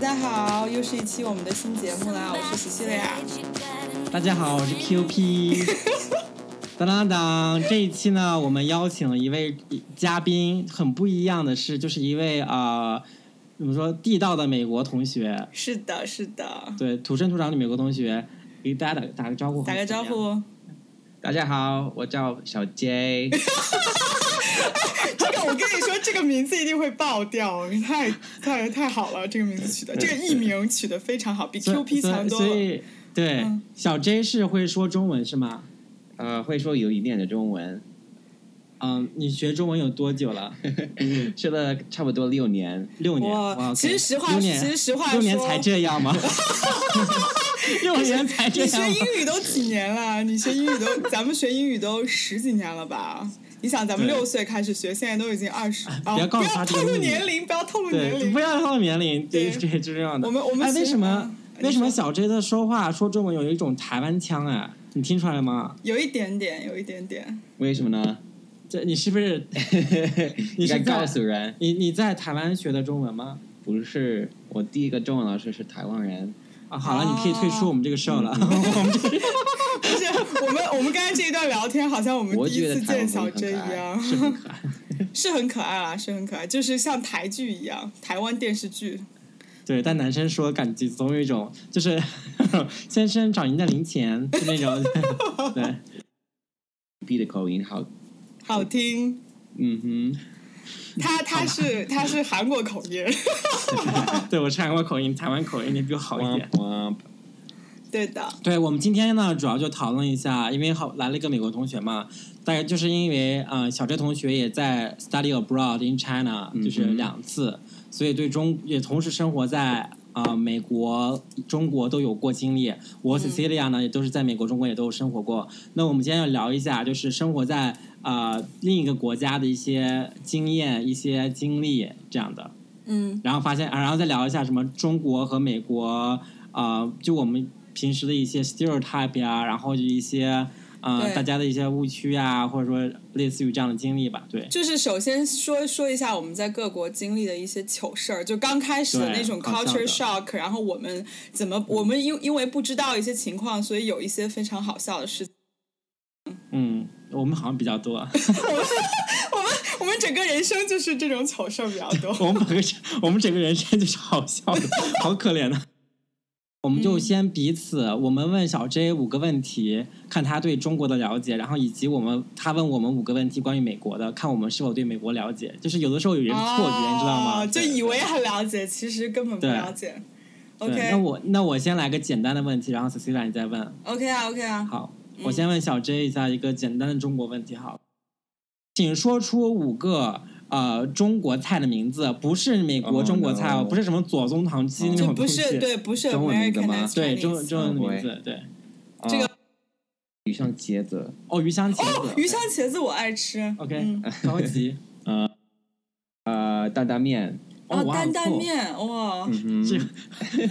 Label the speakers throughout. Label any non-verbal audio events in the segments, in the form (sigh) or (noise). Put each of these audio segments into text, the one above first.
Speaker 1: 大家好，又是一期我们的新节目啦！我是西西利亚。
Speaker 2: 大家好，我是 QP。当当当！这一期呢，我们邀请了一位嘉宾，很不一样的是，就是一位啊、呃怎么说地道的美国同学，
Speaker 1: 是的，是的，
Speaker 2: 对，土生土长的美国同学，给大家打打个招呼，
Speaker 1: 打个招。呼。
Speaker 3: 大家好，我叫小 J，
Speaker 1: 这个我跟你说，这个名字一定会爆掉，太太太好了，这个名字取的，这个艺名取的非常好，比
Speaker 2: (laughs) 所以
Speaker 1: QP 强多
Speaker 2: 所以所
Speaker 1: 了。
Speaker 2: 以对、
Speaker 1: 嗯
Speaker 2: 小 J 是会说中文是吗？
Speaker 3: 呃，会说有一点的中文，
Speaker 2: 嗯，你学中文有多久了？
Speaker 3: (laughs) 学了差不多六年。
Speaker 2: 六年。
Speaker 1: 哇
Speaker 2: 哇，OK
Speaker 1: 呃其实实话
Speaker 2: 六年
Speaker 1: 其实实话
Speaker 2: 六年
Speaker 1: 说
Speaker 2: 才这
Speaker 1: (laughs)
Speaker 2: 样吗？六年才这
Speaker 1: 你
Speaker 2: 样吗
Speaker 1: 学？英语都几年了？你学英语都，咱们学英语都十几年了吧？你想，咱们
Speaker 2: 对哎
Speaker 1: 六岁开始学，现在都已经二十、啊，
Speaker 2: 不要告
Speaker 1: 不
Speaker 2: 诉他
Speaker 1: 要
Speaker 2: 这
Speaker 1: 透
Speaker 2: 个
Speaker 1: 露
Speaker 2: 秘密
Speaker 1: 年龄，不要透露年
Speaker 2: 对，
Speaker 1: 龄
Speaker 2: 不。要靠年龄，
Speaker 1: 对
Speaker 2: 对，这这这样的。
Speaker 1: 我们我们
Speaker 2: 哎，
Speaker 1: 其实
Speaker 2: 为什么
Speaker 1: 嗯你
Speaker 2: 为什么
Speaker 1: 说
Speaker 2: 小 J 的说话说中文有一种台湾腔啊？你听出来了吗？
Speaker 1: 有一点点，有一点点。
Speaker 3: 为什么呢？
Speaker 2: 这你是不
Speaker 3: (laughs)
Speaker 2: 是你
Speaker 3: 应
Speaker 2: 是
Speaker 3: 该
Speaker 2: 在
Speaker 3: 告诉人，
Speaker 2: 你你在台湾学的中文吗？
Speaker 3: 不是我第一个中文老师是台湾人，嗯
Speaker 2: 啊，好了，
Speaker 1: 哦
Speaker 2: 你可以退出我们这个 show 了。我们这
Speaker 1: 就是 (laughs) 我们我们刚才这一段聊天，好像我们
Speaker 3: 我
Speaker 1: 第一
Speaker 3: 觉得
Speaker 1: 次见
Speaker 3: 台
Speaker 1: 小
Speaker 3: 湾
Speaker 1: J
Speaker 3: 会
Speaker 1: 一
Speaker 3: 很可爱
Speaker 1: 样，
Speaker 2: 是很可爱。
Speaker 1: (laughs) 是很可爱啦，是很可爱，就是像台剧一样，台湾电视剧。
Speaker 2: 对，但男生说感觉总有一种就是 (laughs) 先生找您的零钱，就那
Speaker 3: (laughs)
Speaker 2: 种。对，
Speaker 3: B 的口音好，
Speaker 1: 好听，
Speaker 3: 嗯哼，
Speaker 1: 他他是他是韩国口音，
Speaker 2: 对我是韩国口音，台湾口音你比我好一点。
Speaker 3: Womp womp
Speaker 1: 对的，
Speaker 2: 对我们今天呢，主要就讨论一下，因为好来了一个美国同学嘛，大概就是因为啊、呃小哲同学也在 study abroad in China，
Speaker 3: 嗯哼
Speaker 2: 就是两次，所以对中也同时生活在啊、呃美国、中国都有过经历。我
Speaker 3: 嗯
Speaker 2: Cecilia 呢，也都是在美国、中国也都有生活过。那我们今天要聊一下，就是生活在啊、呃另一个国家的一些经验、一些经历这样的。
Speaker 1: 嗯，
Speaker 2: 然后发现，啊，然后再聊一下什么中国和美国啊、呃就我们平时的一些 stereotype 呀、然后就一些呃
Speaker 1: 对
Speaker 2: 大家的一些误区啊，或者说类似于这样的经历吧。对，
Speaker 1: 就是首先说说一下我们在各国经历的一些糗事儿，就刚开始的
Speaker 2: 对
Speaker 1: 那种
Speaker 2: 好笑
Speaker 1: culture
Speaker 2: 的
Speaker 1: shock，然后我们怎么我们因因为不知道一些情况，所以有一些非常好笑的事情。
Speaker 2: 嗯，我们好像比较多，
Speaker 1: 我们整个人生就是这种糗事儿比较多。
Speaker 2: (laughs) 我们整个我们整个人生就是好笑的，好可怜的。我们就先彼此，我们问小 J 五个问题，看他对中国的了解，然后以及我们他问我们五个问题关于美国的，看我们是否对美国了解。就是有的时候有人错觉，你知道吗？
Speaker 1: 哦就
Speaker 2: 对
Speaker 1: 以为很了解，其实根本不
Speaker 2: 对
Speaker 1: 了解。
Speaker 2: 对，那
Speaker 1: OK
Speaker 2: 我那我先来个简单的问题，然后 Cecilia 你再问。
Speaker 1: OK 啊 OK 啊，
Speaker 2: 好，我先问小 J 一下一个简单的中国问题。好了，请说出五个呃中国菜的名字，不是美国
Speaker 3: Oh,
Speaker 2: 中国菜哦
Speaker 3: no
Speaker 2: 不是什么左宗棠鸡那
Speaker 1: 就
Speaker 2: 种
Speaker 1: 哦不
Speaker 2: 东西。
Speaker 1: 是对不是
Speaker 3: 中文名字
Speaker 1: American
Speaker 3: 吗
Speaker 1: as
Speaker 2: 对中
Speaker 1: Chinese
Speaker 2: 中文的名
Speaker 3: 会
Speaker 2: 字对。
Speaker 1: 这个
Speaker 3: 啊哦鱼上茄子，
Speaker 2: 哦，鱼香茄子。
Speaker 1: 鱼香茄子我爱吃。
Speaker 2: OK，哦
Speaker 1: 嗯
Speaker 2: 高级。
Speaker 3: 呃，担担面， (laughs)
Speaker 2: 哦，哇
Speaker 1: 担担。
Speaker 2: 酷
Speaker 1: 面哇， (laughs)
Speaker 3: 嗯
Speaker 2: 这
Speaker 3: 哼，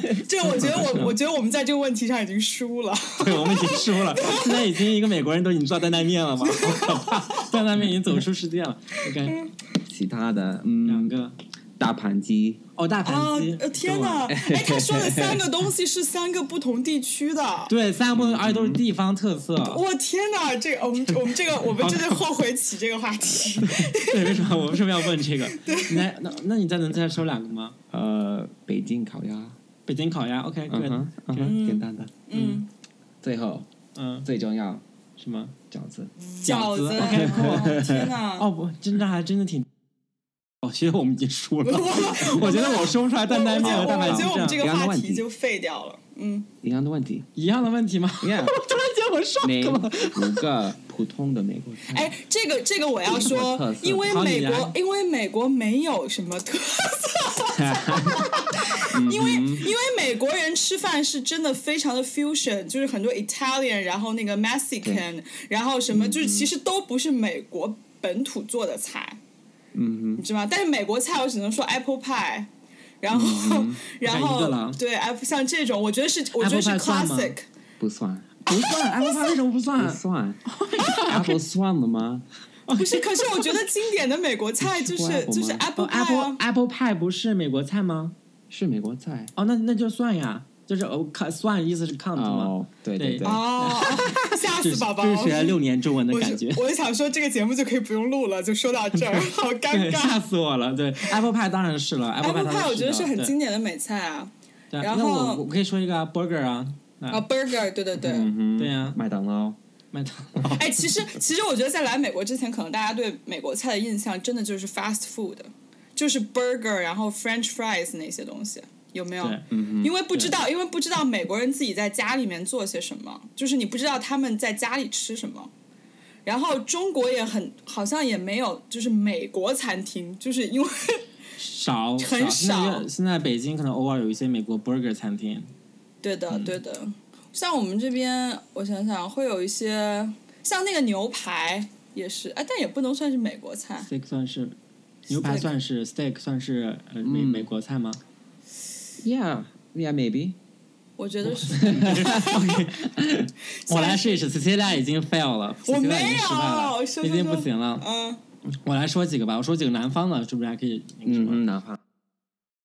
Speaker 2: 个
Speaker 1: 这我觉得我我觉得我们在这个问题上已经输
Speaker 2: (laughs)
Speaker 1: 了。
Speaker 2: 对，我们已经输了。现在已经一个美国人都已经知道担担面了嘛，好可怕！担担面已经走出世界了。OK，
Speaker 1: 嗯
Speaker 3: 其他的，
Speaker 2: 两
Speaker 3: 嗯，
Speaker 2: 个。
Speaker 3: 大盘鸡，
Speaker 2: 哦，大
Speaker 1: 啊
Speaker 2: 盘鸡。！
Speaker 1: 呃天
Speaker 2: 中文 (laughs)
Speaker 1: 哪！哎，他说的三个东西是三个不同地区
Speaker 2: (laughs)
Speaker 1: 的。
Speaker 2: 对，三个部分，而且都是地方特色。
Speaker 1: 我天哪！这个我们我们这个我们
Speaker 2: (laughs)
Speaker 1: 真的后悔起这个话题。
Speaker 2: 对，为什么我为什么要问这个？
Speaker 1: (laughs)
Speaker 2: 那那那你再能再说两个吗？
Speaker 3: 呃，北京烤鸭，
Speaker 2: 北京烤鸭，OK，
Speaker 3: 嗯
Speaker 2: 对，
Speaker 3: 哼，嗯
Speaker 1: 嗯
Speaker 3: 哼，简单的。
Speaker 1: 嗯，
Speaker 3: 最后
Speaker 2: 嗯，
Speaker 3: 最重要，
Speaker 2: 什么？
Speaker 3: 饺子。
Speaker 1: 饺
Speaker 2: 子
Speaker 1: 子。(laughs)
Speaker 2: ，OK，
Speaker 1: 哦天
Speaker 2: (laughs)
Speaker 1: 哪！
Speaker 2: 哦不，真的还真的挺。哦，其实我们已经
Speaker 1: (laughs)
Speaker 2: 输了。
Speaker 1: 我
Speaker 2: 我觉得我说不出来担担面和蛋白
Speaker 1: 我
Speaker 2: 鸡
Speaker 1: 觉得我们这
Speaker 2: 这
Speaker 1: 个
Speaker 2: 样
Speaker 3: 两个
Speaker 1: 话
Speaker 3: 问
Speaker 1: 题
Speaker 3: 题
Speaker 1: 就废掉了。嗯，
Speaker 3: 一样的
Speaker 2: (laughs)
Speaker 3: 问题。
Speaker 2: 一样的问题吗？突
Speaker 3: Yeah，
Speaker 2: 然间 (laughs) 我上
Speaker 3: 每
Speaker 2: 了。
Speaker 3: 五个普通的美国
Speaker 2: 嗯
Speaker 3: 菜。
Speaker 1: 哎，这个这个我要
Speaker 3: 有特
Speaker 1: 说，
Speaker 3: 色
Speaker 1: 因为
Speaker 2: 好
Speaker 1: 美
Speaker 2: 你来
Speaker 1: 国，因为美国没有什么特
Speaker 2: 嗯
Speaker 1: 色， (laughs) 因为因为美国人吃饭是真的非常的 fusion，就是很多 Italian，然后那个 Mexican，然后什么就是
Speaker 2: 嗯
Speaker 1: 其实都不是美国本土做的菜，
Speaker 3: 嗯
Speaker 1: 你知道吗？但是美国菜我只能说 apple pie。然
Speaker 2: 嗯
Speaker 1: 后， (laughs) 然
Speaker 2: 改一个
Speaker 1: 后
Speaker 2: 了
Speaker 1: 对，apple 像这种，我觉得是，我觉得是
Speaker 2: Apple pie 算吗
Speaker 1: classic，
Speaker 3: 哼，
Speaker 2: (laughs)
Speaker 3: 不算，
Speaker 2: 不算，哎，为什么不
Speaker 3: 不
Speaker 2: 算？ (laughs)
Speaker 3: 算。Apple 算了吗？
Speaker 1: 不是，可是我觉得经典的美国菜就是
Speaker 3: 是
Speaker 1: 就是
Speaker 2: (laughs)
Speaker 3: apple
Speaker 2: 哦
Speaker 1: pie 啊
Speaker 2: Apple Apple pie 不是美国菜吗？
Speaker 3: 是美国菜。
Speaker 2: 哦，那那就算呀，就是哦，看算意思是 count 嘛，
Speaker 3: 哦，对对
Speaker 2: 对
Speaker 3: 对，
Speaker 1: 哦，吓
Speaker 2: 就
Speaker 1: 死
Speaker 2: 是
Speaker 1: 宝宝！
Speaker 2: 就是学了六年中文的
Speaker 1: 我
Speaker 2: 感觉
Speaker 1: 是。我是想说这个节目就可以不用录了，就说到这儿，好尴
Speaker 2: 对，吓
Speaker 1: 尬。
Speaker 2: 死我了！对，Apple Pie 当然是了
Speaker 1: Apple
Speaker 2: ，Apple
Speaker 1: pie 我觉得是很
Speaker 2: 经。
Speaker 1: 经典的美菜啊，
Speaker 2: 对啊
Speaker 1: 然
Speaker 2: 那
Speaker 1: 后
Speaker 2: 我我可以说一个啊 burger 啊，啊
Speaker 1: 啊 burger，对对对。
Speaker 3: 嗯哼，
Speaker 2: 对呀
Speaker 3: 麦当劳，
Speaker 2: 麦当劳。
Speaker 1: 哎，其实其实我觉得在来美国之前，可能大家对美国菜的印象真的就是 fast food，就是 burger，然后 French fries 那些东西，有没有？
Speaker 2: 对，
Speaker 1: 因为不知道，因为不知道美国人自己在家里面做些什么，就是你不知道他们在家里吃什么。然后中国也很好像也没有，就是美国餐厅，就是因为
Speaker 2: 少
Speaker 1: 很
Speaker 2: 现
Speaker 1: 少
Speaker 2: 在现在北京可能偶尔有一些美国 burger 餐厅，
Speaker 1: 对的
Speaker 2: 嗯
Speaker 1: 对的，像我们这边我想想会有一些像那个牛排也是，哎，但也不能算是美国菜，
Speaker 2: steak 算是牛排
Speaker 1: Steak
Speaker 2: 算是 steak 算是呃美
Speaker 3: 嗯
Speaker 2: 美国菜吗？
Speaker 3: ，Yeah Yeah Maybe，
Speaker 1: 我觉得是。
Speaker 2: 我来试一试，Cecilia 已经 fail 了，
Speaker 1: 我
Speaker 2: Cecilia
Speaker 1: 没有
Speaker 2: 已经失败了，
Speaker 1: 说说
Speaker 2: 已经不
Speaker 1: 说
Speaker 2: 行了。
Speaker 1: 嗯，
Speaker 2: 我来说几个吧，我说几个南方的，是不是还可以那个什
Speaker 3: 嗯
Speaker 2: 么
Speaker 3: 哼，哪怕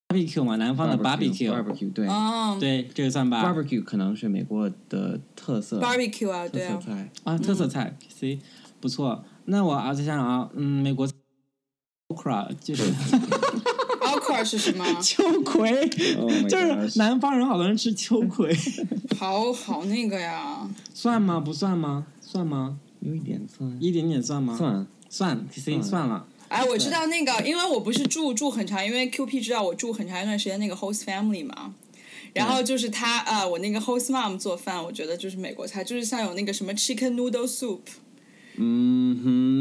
Speaker 2: barbecue 嘛？南方的 barbecue，
Speaker 3: barbecue，对
Speaker 1: 哦
Speaker 2: 对，这个算吧
Speaker 3: ，barbecue 可能是美国的特色
Speaker 1: ，barbecue 啊，
Speaker 3: 特
Speaker 1: 对
Speaker 3: 色
Speaker 1: 啊，
Speaker 3: 菜，
Speaker 2: 啊，特色菜，C
Speaker 1: 嗯
Speaker 2: 不错。那我啊，再想想啊，嗯，美国 okra 就是
Speaker 1: a q u a 是什么？
Speaker 2: (laughs) 秋
Speaker 1: (laughs)
Speaker 2: 葵，
Speaker 3: Oh my
Speaker 2: 就是
Speaker 3: gosh
Speaker 2: 南方人好多人吃秋葵， (laughs)
Speaker 1: 好好那个呀，
Speaker 2: 算吗？不算吗？算吗？
Speaker 3: 有一点酸，
Speaker 2: 一点点算吗？
Speaker 3: 算，
Speaker 2: 算，C 算了。
Speaker 1: 哎，我知道那个，因为我不是住住很长，因为 QP 知道我住很长一段时间那个 host family 嘛。然后就是他呃，我那个 host mom 做饭，我觉得就是美国菜，就是像有那个什么 chicken noodle soup，
Speaker 3: 嗯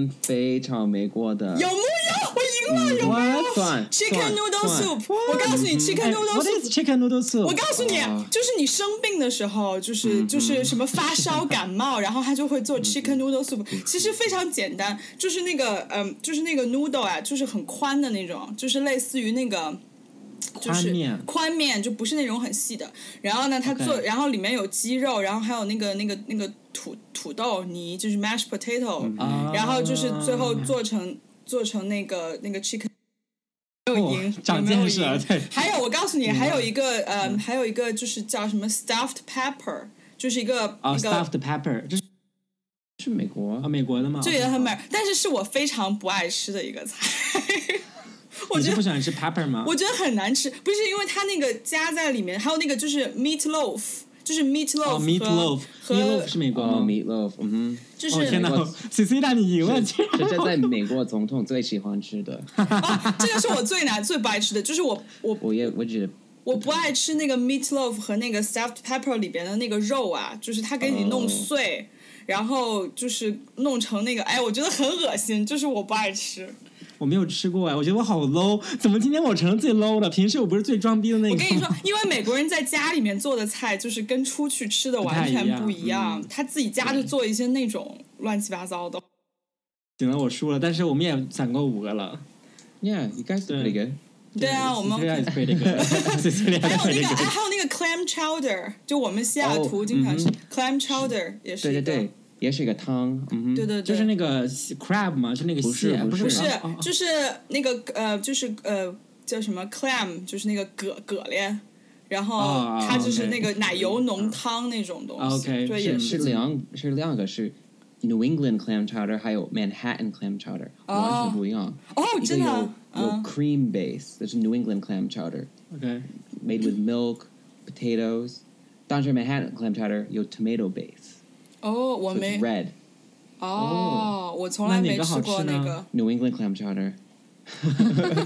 Speaker 3: 哼，非常美国的，
Speaker 1: 有木有？我赢了，有没有
Speaker 3: 哇算
Speaker 1: ？chicken
Speaker 3: 算
Speaker 1: noodle
Speaker 3: 算
Speaker 1: soup，我告诉你，chicken
Speaker 2: 哎
Speaker 1: noodle
Speaker 2: What
Speaker 1: soup
Speaker 2: is chicken noodle soup？
Speaker 1: 我告诉你
Speaker 2: 嗯啊
Speaker 3: 哦，
Speaker 1: 就是你生病的时候，就是就是什么发烧、感冒，然后他就会
Speaker 2: 嗯
Speaker 1: 做 chicken noodle soup，其实非常简单，就是那个嗯，就是那个 noodle 啊，就是很宽的那种，就是类似于那个。就
Speaker 2: 宽
Speaker 1: 是
Speaker 2: 面
Speaker 1: 宽面，就不是那种很细的。然后呢，它
Speaker 2: OK
Speaker 1: 做然后里面有鸡肉，然后还有那个那个那个土土豆泥，就是 mashed potato，、
Speaker 2: 啊
Speaker 1: 然后就是最
Speaker 2: 哦
Speaker 1: 后做成做成那个那个
Speaker 2: (laughs)
Speaker 1: chicken。没有
Speaker 2: 哦
Speaker 1: 赢，
Speaker 2: 长
Speaker 1: 有没有
Speaker 2: 见识了
Speaker 1: 赢
Speaker 2: 对
Speaker 1: 还有我告诉你，还有一个
Speaker 2: 嗯
Speaker 1: 呃，还有一个就是叫什么 stuffed pepper，就是一个
Speaker 2: 啊
Speaker 1: 那个。
Speaker 2: stuffed pepper，这是
Speaker 3: 是美国
Speaker 2: 啊，美国的吗？
Speaker 1: 这也很美，但是是我非常不爱吃的一个菜。 (laughs) 我
Speaker 2: 哦你
Speaker 1: 觉
Speaker 2: 是
Speaker 1: 得
Speaker 2: 不喜欢吃 pepper 吗？
Speaker 1: 我觉得很难吃，不是因为它那个加在里面，还有那个就是 meat loaf，就是 meat loaf 和、
Speaker 2: 哦，meat loaf，meat
Speaker 1: 和
Speaker 2: loaf 是美国
Speaker 3: 哦
Speaker 2: 吗？
Speaker 3: ，meat loaf，嗯
Speaker 1: 就
Speaker 2: 哦
Speaker 1: 是、
Speaker 2: 天哪
Speaker 3: 美国
Speaker 2: ，Cecilia 你赢了，
Speaker 3: 哼，
Speaker 2: 竟
Speaker 3: 是
Speaker 2: 然
Speaker 3: 这是在美国总统最喜欢吃
Speaker 1: (laughs)
Speaker 3: 的，
Speaker 1: 哦，这个是我最难最不爱吃的，就是我我
Speaker 3: 我也我只
Speaker 1: 我不爱吃那个 meat loaf 和那个 stuffed pepper 里边的那个肉啊，就是它给你弄碎，然后就是弄成那个，哎，我觉得很恶心，就是我不爱吃。
Speaker 2: 我没有吃过哎，我觉得我好 low，怎么今天我成了最 low 的？平时我不是最装逼的那个？
Speaker 1: 我跟你说，因为美国人在家里面做的菜，就是跟出去吃的完全不一
Speaker 2: 不太一
Speaker 1: 样，他自己家就做一些那种乱七八糟的。
Speaker 2: 行了，我输了，但是我们也攒够五个了。
Speaker 3: ，Yeah，you guys
Speaker 2: 对
Speaker 3: are pretty good，
Speaker 1: 对啊，我们
Speaker 2: Cecilia is
Speaker 1: (laughs)
Speaker 2: pretty good. (laughs) Cecilia
Speaker 1: 还
Speaker 2: is
Speaker 1: 有那
Speaker 2: pretty
Speaker 1: 个，哎
Speaker 2: good.
Speaker 1: 还有那个 clam chowder，就我们西雅图经常吃、clam chowder，也是
Speaker 3: 对
Speaker 1: 一个
Speaker 3: 对对，也是一个汤，嗯哼，
Speaker 1: 对对对，
Speaker 2: 就是那个蟹 crab 嘛，就那个
Speaker 3: 不是
Speaker 2: 蟹，是
Speaker 3: 不是
Speaker 1: 不
Speaker 2: 不
Speaker 1: 是
Speaker 2: 哦哦，
Speaker 1: 就是那个呃，就是呃，叫什么 clam，就是那个蛤蛤蜊，然后
Speaker 2: 啊
Speaker 1: 它就是
Speaker 2: ，OK 嗯啊
Speaker 1: 那个奶油浓汤那种东西。
Speaker 2: OK，
Speaker 1: 对，
Speaker 2: 是
Speaker 1: 也
Speaker 3: 是
Speaker 1: 是。
Speaker 3: 两是两个是 New England clam chowder，还有 Manhattan clam chowder，、完全不一样。
Speaker 1: 哦，
Speaker 3: 一个
Speaker 1: 真的
Speaker 3: 有
Speaker 1: 啊，
Speaker 3: 有
Speaker 1: 嗯，
Speaker 3: cream base，这是 New England clam chowder
Speaker 2: OK，
Speaker 3: made with milk potatoes，但是 Manhattan clam chowder 有 tomato base，
Speaker 1: 哦，我
Speaker 3: so it's
Speaker 1: 没，
Speaker 3: red。
Speaker 1: 哦，我从来
Speaker 2: 那哪
Speaker 1: 没
Speaker 2: 个好
Speaker 1: 吃过
Speaker 2: 吃
Speaker 1: 那
Speaker 2: 呢 (laughs)
Speaker 1: 个，
Speaker 3: New England clam chowder，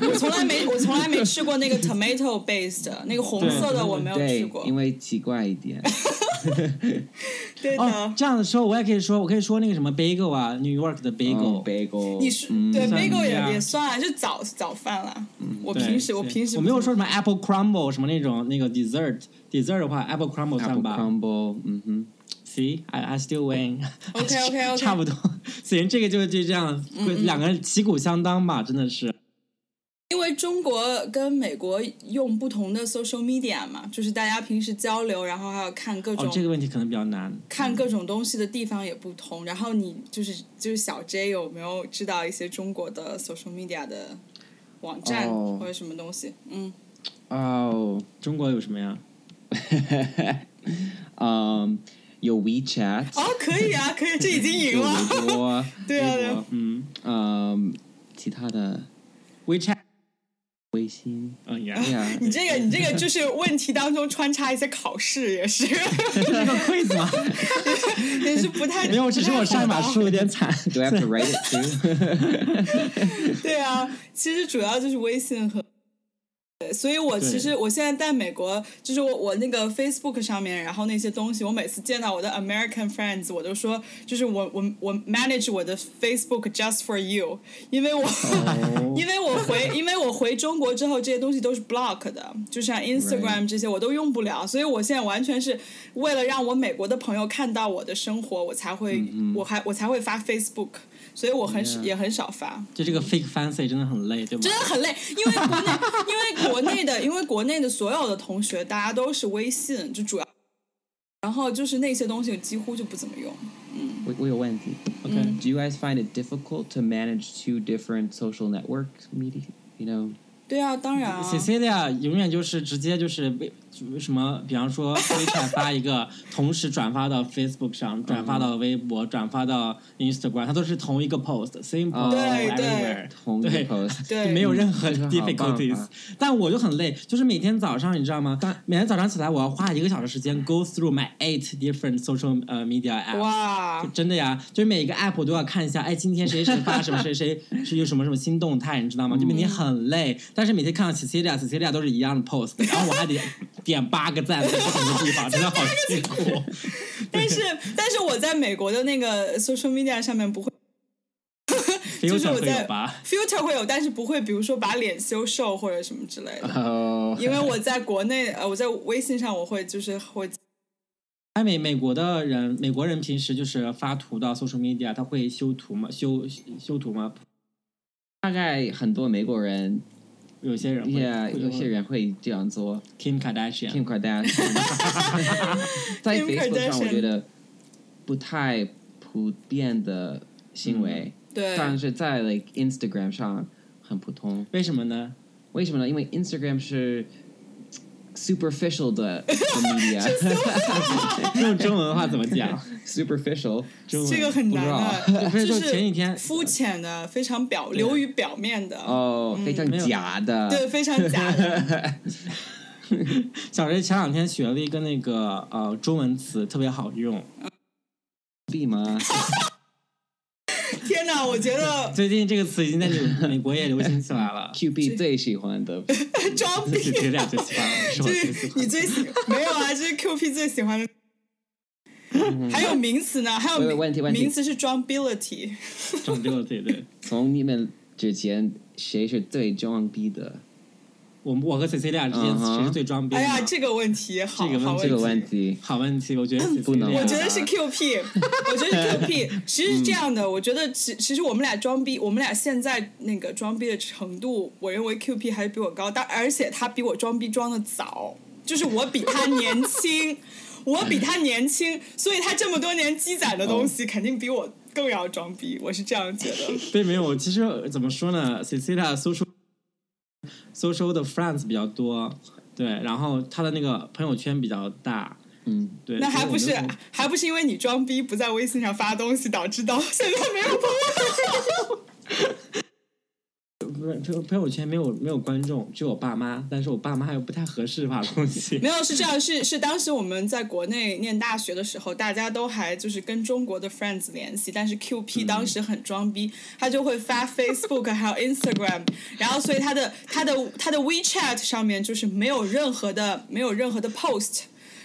Speaker 1: 我从来没，我从来没吃过那个 tomato based (laughs) 的那个红色
Speaker 2: 对
Speaker 1: 的，我没有吃
Speaker 3: 对
Speaker 1: 过，。
Speaker 3: 因为奇怪一点，
Speaker 1: 对啊
Speaker 2: 哦
Speaker 1: 的，。
Speaker 2: 这样的时候我也可以说，我可以说那个什么 bagel 啊，New York 的 bagel。
Speaker 3: Um, bagel，Mm,
Speaker 1: 你是
Speaker 3: 嗯
Speaker 1: 对
Speaker 2: 算
Speaker 1: bagel
Speaker 2: 一样
Speaker 1: 也也算，就早早饭啦。我
Speaker 2: 对
Speaker 1: 平时我
Speaker 2: 对
Speaker 1: 平时
Speaker 2: 我
Speaker 1: 不
Speaker 2: 没有
Speaker 1: 怎
Speaker 2: 说
Speaker 1: 么
Speaker 2: 什么 apple crumble 什么那种那个 dessert dessert 的话，apple crumble 算
Speaker 3: apple
Speaker 2: 吧。
Speaker 3: crumble，嗯 mm-hmm. (laughs) 哼，
Speaker 2: See, I I still
Speaker 1: (laughs)
Speaker 2: win.
Speaker 1: 哦 OK，OK，OK
Speaker 2: (laughs)
Speaker 1: 嗯
Speaker 2: 差不多。行，这个就就这样，两个旗鼓相当吧，真的是。哦
Speaker 1: 因为中国跟美国用不同的 social media 嘛，就是大家平时交流，然后还有看各种、
Speaker 2: 哦，这个问题可能比较难。
Speaker 1: 看各种东西的地方也不同。然后你就是就是小 J 有没有知道一些中国的 social media 的网站
Speaker 3: 哦
Speaker 1: 或者什么东西？嗯，
Speaker 3: 哦，
Speaker 2: 中国有什么呀？
Speaker 3: 嗯，有 Um, WeChat，
Speaker 1: 哦，可以啊，可以，这已经赢
Speaker 3: 有
Speaker 1: 了。
Speaker 3: 微博，
Speaker 1: 对啊
Speaker 3: 微博，
Speaker 2: 嗯
Speaker 3: 嗯，mm-hmm. Um, 其他的
Speaker 2: ，WeChat，
Speaker 3: 微信，
Speaker 2: 嗯呀，
Speaker 3: 对呀，
Speaker 1: (laughs) 你这个，你这个就是问题当中穿插一些考试，也是， (laughs)
Speaker 2: 这是个 quiz 吗？ (laughs)
Speaker 1: 也是不太
Speaker 2: 没有，只是我上一码。
Speaker 1: 不太
Speaker 2: 输
Speaker 1: 好
Speaker 2: 有点 (laughs) 惨。
Speaker 3: (laughs) Do I have to write it too？
Speaker 1: 的 (laughs) 对啊，其实主要就是微信和。对所以，我其实我现在在美国，就是我我那个 Facebook 上面，然后那些东西，我每次见到我的 American friends，我都说，就是我我我 manage 我的 Facebook just for you，因为我、 (laughs) 因为我回，因为我回中国之后，这些东西都是 block 的，就像 Instagram 这些我都用不了，所以我现在完全是为了让我美国的朋友看到我的生活，我才会，我还我才会发 Facebook，所以我很少
Speaker 3: Yeah
Speaker 1: 也很少发。
Speaker 2: 就这个 fake fancy 真的很累，对吗？
Speaker 1: 真的很累，因为国内，因为国内的， (laughs) 因为国内的所有的同学，大家都是微信，就主要，然后就是那些东西几乎就不怎么用。
Speaker 3: 我我有问题。
Speaker 2: OK
Speaker 1: Mm-hmm.
Speaker 3: Do you guys find it difficult to manage two different social network media? You know,
Speaker 1: 对啊，当然
Speaker 2: 嗯
Speaker 1: 啊，
Speaker 2: Cecilia 永远就是直接就是微就什么，比方说 WeChat 发一个，同时转发到 Facebook 上，转发到微博，转发到 Instagram，它都是同一个 post，same
Speaker 3: 哦
Speaker 2: post
Speaker 1: 对对
Speaker 2: everywhere。(laughs)
Speaker 3: 同一
Speaker 2: 对
Speaker 1: (laughs)
Speaker 3: post，
Speaker 1: 对，
Speaker 2: 没有任何
Speaker 3: 这个好棒啊
Speaker 2: difficulties，但我就很累，就是每天早上你知道吗？每天早上起来，我要花一个小时时间 go through my eight different social 呃 media apps。
Speaker 1: 哇，
Speaker 2: 真的呀，就是每个 app 我都要看一下，哎，今天谁谁发什么，谁谁是有什么什么新动态，你知道吗？就每
Speaker 1: 嗯
Speaker 2: 天很累，但是每天看到 Cecilia，Cecilia 都是一样的 post，然后我还得点八个赞在不同的地方，真的
Speaker 1: (laughs)
Speaker 2: 好辛苦。
Speaker 1: 但
Speaker 2: (laughs)
Speaker 1: 是但是我在美国的那个 social media 上面不会就是我
Speaker 2: filter 会
Speaker 1: 在
Speaker 2: 有吧？
Speaker 1: filter 会有，但是不会，比如说把脸修瘦或者什么之
Speaker 2: 呃
Speaker 1: 类的。
Speaker 3: 哦，
Speaker 1: 因为我在国内，呃，我在微信上我会就是会，
Speaker 2: 哎，美美国的人，美国人平时就是发图到 social media，他会修图吗？修修图吗？
Speaker 3: 大概很多美国人
Speaker 2: 有些人会
Speaker 3: ，Yeah，
Speaker 2: 会
Speaker 3: 有些人会这样做。
Speaker 2: Kim Kardashian，
Speaker 3: Kim Kardashian，在
Speaker 1: Kim
Speaker 3: Facebook 上
Speaker 1: Kardashian
Speaker 3: 我觉得不太普遍的行为，
Speaker 1: 对，
Speaker 3: 但是在 like Instagram 上很普通。
Speaker 2: 为什么呢？
Speaker 3: 为什么呢？因为 Instagram 是 superficial 的的
Speaker 1: (laughs)
Speaker 2: 用中文的话怎么讲？
Speaker 3: (laughs) media，superficial，
Speaker 2: 中文
Speaker 1: 这个很难
Speaker 2: (laughs)
Speaker 3: 不
Speaker 1: 的，
Speaker 2: 不是
Speaker 1: 就
Speaker 2: 就前几天
Speaker 1: 肤浅的，非常表流于表面的，
Speaker 3: 哦，非常
Speaker 2: 没有
Speaker 3: 假的。
Speaker 1: 对，非常假
Speaker 3: (laughs)
Speaker 1: 的。
Speaker 2: (laughs) 小谁前两天学了一个那个呃中文词，特别好用。
Speaker 1: (laughs)
Speaker 3: 币吗？
Speaker 1: 天哪，我觉
Speaker 3: (laughs)
Speaker 1: 得
Speaker 2: 最近这个词已经在美美国也流行起来 (laughs) 了。
Speaker 3: Q B 最喜欢的
Speaker 1: 装
Speaker 2: 这是
Speaker 1: 逼，
Speaker 2: 这俩最喜欢的，是我
Speaker 1: 这
Speaker 2: 最
Speaker 1: 是
Speaker 2: 喜欢
Speaker 1: 你
Speaker 2: 的。
Speaker 1: 最喜没有啊？这是 Q P 最喜欢的。还有名词呢，还有
Speaker 3: 喂喂嗯问题问题
Speaker 1: 名词是 drumbility，
Speaker 2: 整这个对对，
Speaker 3: 从你们之前谁是最装逼的？
Speaker 2: 我们我和 Cecilia 之间
Speaker 3: 嗯哼
Speaker 2: 谁是最装逼的
Speaker 1: 哎
Speaker 2: 呢？
Speaker 1: 呀，这个问题好
Speaker 2: 这个问
Speaker 1: 好
Speaker 2: 这
Speaker 3: 这
Speaker 2: 个
Speaker 3: 个问题，
Speaker 2: 好问题，我觉得 Cecilia,
Speaker 3: 不能
Speaker 1: 我觉得是 Q P，我觉得是 Q P。其实是这样的，我觉得其其实我们俩装逼，我们俩现在那个装逼的程度，我认为 Q P 还是比我高，但而且他比我装逼装的早，就是我比他年轻，我比他年轻，所以他这么多年积攒的东西，肯定比我更要装逼，我是这样觉得。
Speaker 2: (laughs) 对没有。其实怎么说呢，Cecilia social social 的 friends 比较多，对，然后她的那个朋友圈比较大，
Speaker 3: 嗯，
Speaker 2: 对。
Speaker 1: 那还不
Speaker 2: 所
Speaker 1: 是
Speaker 2: 以我们
Speaker 1: 还不是因为你装逼不在微信上发东西，导致到现在没有朋友。
Speaker 2: 不是朋友朋友圈没有没有观众，只有爸妈，但是我爸妈又不太合适发东西。
Speaker 1: 没有，是这样，是是当时我们在国内念大学的时候，大家都还就是跟中国的 friends 联系，但是 QP
Speaker 3: 嗯
Speaker 1: 当时很装逼，他就会
Speaker 3: (laughs)
Speaker 1: 发 Facebook 还有 Instagram，然后所以他的他的他的 WeChat 上面就是没有任何的没有任何的 post。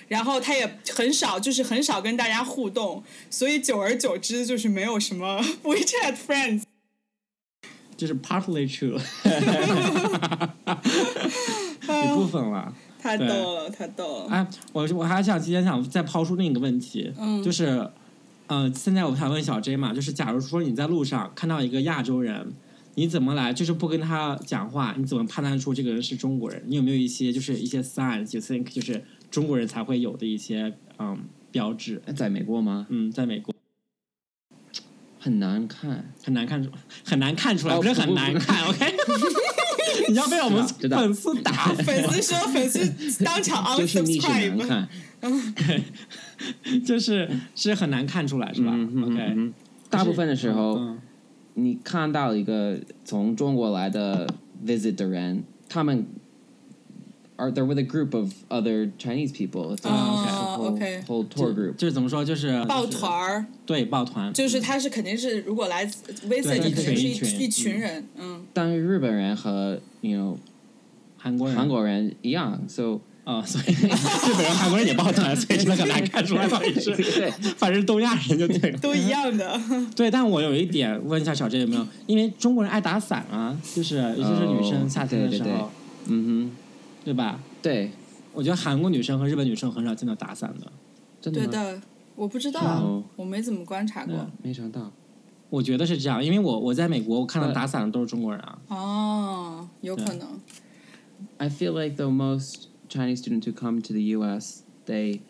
Speaker 1: 然后他也很少，就是很少跟大家互动，所以久而久之就是没有什么 (laughs) WeChat friends。
Speaker 2: 就是 partly true，一部分了。
Speaker 1: 太逗了，太逗了。
Speaker 2: 哎，我我还想今天想再抛出另一个问题，就是，嗯、现在我想问小 J 嘛，就是假如说你在路上看到一个亚洲人，你怎么来就是不跟他讲话，你怎么判断出这个人是中国人？你有没有一些就是一些 signs you think 就是中国人才会有的一些嗯标志？
Speaker 3: 在美国吗？
Speaker 2: 嗯，在美国
Speaker 3: 很难看。
Speaker 2: 哦 (laughs) 很难看出，很难看出来，不是很难看，OK？你要被我们
Speaker 3: 知道知道
Speaker 2: 粉丝打。
Speaker 1: 粉丝说粉丝当场
Speaker 3: 就是逆势难
Speaker 1: unsubscribe，
Speaker 3: 看。
Speaker 2: 就是是很难看出来，是吧
Speaker 3: 嗯哼嗯
Speaker 2: ？OK，
Speaker 3: 哼大部分的时候，
Speaker 2: 嗯
Speaker 3: 你看到一个从中国来的 visit 的人，他们 are there with a group of other Chinese people. It's
Speaker 1: 啊
Speaker 3: whole-
Speaker 1: ，OK
Speaker 3: whole tour group.
Speaker 2: 就是怎么说，就是
Speaker 1: 抱团，儿，
Speaker 2: 就是对抱团，
Speaker 1: 就是他是肯定是如果来 visit，
Speaker 2: 对
Speaker 1: 肯定是
Speaker 2: 一群一群
Speaker 1: 一群人，嗯，
Speaker 3: 但是日本人和 you know
Speaker 2: 韩国人，
Speaker 3: 韩国人一样，so
Speaker 2: (laughs) 啊、所以日本人、韩国人也抱团，所以真的很难看出来到底是，
Speaker 3: (laughs)
Speaker 2: 反正东亚人就对了。
Speaker 1: 都一样的，
Speaker 2: 对，但我有一点问一下小郑有没有，因为中国人爱打伞啊，就是尤其是女生
Speaker 3: 哦
Speaker 2: 夏天的
Speaker 3: 对
Speaker 2: 时候，
Speaker 3: 对嗯
Speaker 2: 对吧？
Speaker 3: 哼，对，
Speaker 2: 我觉得韩国女生和日本女生很少见到打伞的。
Speaker 3: 真
Speaker 1: 对
Speaker 3: 的吗？
Speaker 1: 的，
Speaker 2: 嗯
Speaker 1: 我不知道
Speaker 3: 哦，
Speaker 1: 我没怎么观察过，
Speaker 3: 没想到，
Speaker 2: 我觉得是这样，因为我我在美国，我看到
Speaker 3: 对
Speaker 2: 打伞的都是中国人啊。
Speaker 1: 哦，有可能，
Speaker 3: I feel like though most Chinese students who come to the U.S. they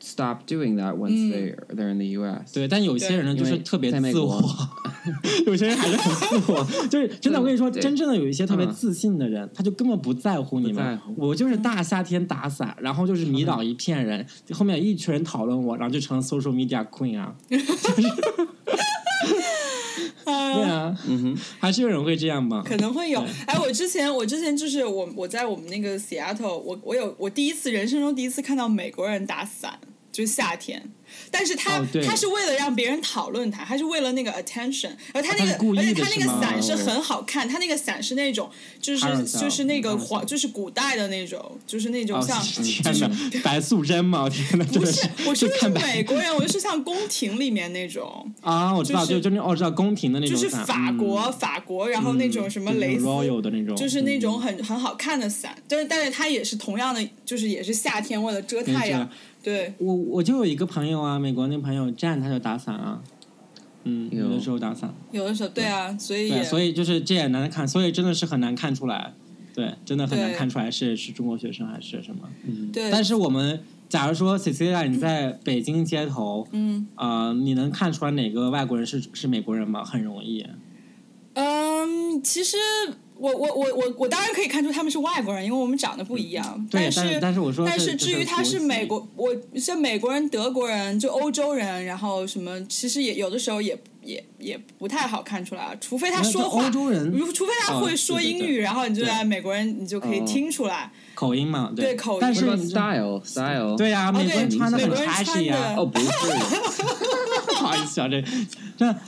Speaker 3: stop doing that once
Speaker 1: 嗯
Speaker 3: they they're in the U.S.
Speaker 2: 对，但有些人呢，
Speaker 3: 对
Speaker 2: 就是
Speaker 3: 因为
Speaker 2: 特别
Speaker 3: 在美
Speaker 2: 自
Speaker 3: 国
Speaker 2: 我，
Speaker 1: (laughs)
Speaker 2: 有些人还是很自我，就是真的。我跟你说，
Speaker 3: 对
Speaker 2: 真正的有一些特别
Speaker 3: 嗯
Speaker 2: 自信的人，他就根本不在乎你
Speaker 3: 不在
Speaker 2: 们
Speaker 3: 乎。
Speaker 2: 我就是大夏天打伞，然后就是迷倒一片人，后面有一群人讨论我，然后就成了 social media queen 啊。对
Speaker 1: 啊。
Speaker 2: 啊，
Speaker 3: 嗯哼，
Speaker 2: 还是有人会这样吗？
Speaker 1: 可能会
Speaker 2: 嗯
Speaker 1: 有，哎，我之前我之前就是我我在我们那个 Seattle，我我有我第一次人生中第一次看到美国人打伞，就是夏天，但是他、
Speaker 2: 哦对
Speaker 1: 他是为了让别人讨论他，他是为了那个 attention，而他那个
Speaker 2: 哦他是故意
Speaker 1: 而
Speaker 2: 的
Speaker 1: 且他那
Speaker 2: 是
Speaker 1: 个
Speaker 2: 吗哦
Speaker 1: 伞是很好看，他那个伞是那种就是
Speaker 2: Parasol，
Speaker 1: 就是那个
Speaker 2: 嗯
Speaker 1: 黄
Speaker 2: ，Parasol
Speaker 1: 就是古代的那种，就是那种
Speaker 2: 哦
Speaker 1: 像、，
Speaker 2: 天哪，白素贞吗？我天哪，真
Speaker 1: 不
Speaker 2: 的
Speaker 1: 是，我说
Speaker 2: (laughs) 就
Speaker 1: 的是
Speaker 2: 看白
Speaker 1: 美国人，我就是像宫廷里面那
Speaker 2: (laughs)
Speaker 1: 种，
Speaker 2: 啊，我知道，
Speaker 1: 就
Speaker 2: 就是就那种哦，知道宫廷的那
Speaker 1: 就
Speaker 2: 种
Speaker 1: 是
Speaker 2: 伞
Speaker 1: 法
Speaker 2: 嗯
Speaker 1: 国、法国，然后那种什么
Speaker 2: 就是
Speaker 1: 蕾丝
Speaker 2: royal 的那种，嗯
Speaker 1: 就是那种很很好看的伞，但是但是它也是同样的，就是也是夏天为了遮
Speaker 2: 嗯
Speaker 1: 太
Speaker 2: 这
Speaker 1: 阳
Speaker 2: 样，
Speaker 1: 对，
Speaker 2: 我我就有一个朋友啊，美国那朋友站他就打伞啊，嗯，
Speaker 3: 有
Speaker 2: 有的时候打伞，
Speaker 1: 有的时候对啊，所以
Speaker 2: 对，
Speaker 1: 也
Speaker 2: 所以就是这也难看，所以真的是很难看出来，对，真的很难
Speaker 1: 对
Speaker 2: 看出来是是中国学生还是什么。
Speaker 1: 对，
Speaker 2: 但是我们假如说 Cecilia 你在北京街头，
Speaker 1: 嗯
Speaker 2: 呃，你能看出来哪个外国人是是美国人吗？很容易，
Speaker 1: 嗯，其实我我我我我当然可以看出他们是外国人，因为我们长得不一样，
Speaker 2: 嗯对，但
Speaker 1: 是
Speaker 2: 但是我说
Speaker 1: 但
Speaker 2: 是
Speaker 1: 是至于他是美，国，我像美国人、德国人，就欧洲人，然后什么，其实也有的时候也也也不太好看出来，啊除非他
Speaker 2: 就是
Speaker 1: 说
Speaker 2: 国籍
Speaker 1: 话
Speaker 2: 欧，洲人
Speaker 1: 如除非他
Speaker 2: 哦
Speaker 1: 会
Speaker 2: 对
Speaker 1: 说
Speaker 2: 对
Speaker 1: 英
Speaker 2: 对
Speaker 1: 语，然后你就
Speaker 2: 对
Speaker 1: 哎，美国人你就可以
Speaker 3: 哦
Speaker 1: 听出来。
Speaker 2: 口音嘛，
Speaker 1: 对口音哦
Speaker 2: 但
Speaker 3: What
Speaker 2: 是
Speaker 3: about
Speaker 2: 你知道
Speaker 3: style style？Oh,
Speaker 2: 对啊，美
Speaker 1: 对
Speaker 2: 国人穿的
Speaker 1: 美
Speaker 2: 很
Speaker 1: 国人穿
Speaker 2: trashy
Speaker 1: 的
Speaker 2: 啊，
Speaker 3: 哦，不是，
Speaker 2: 不好意思啊，这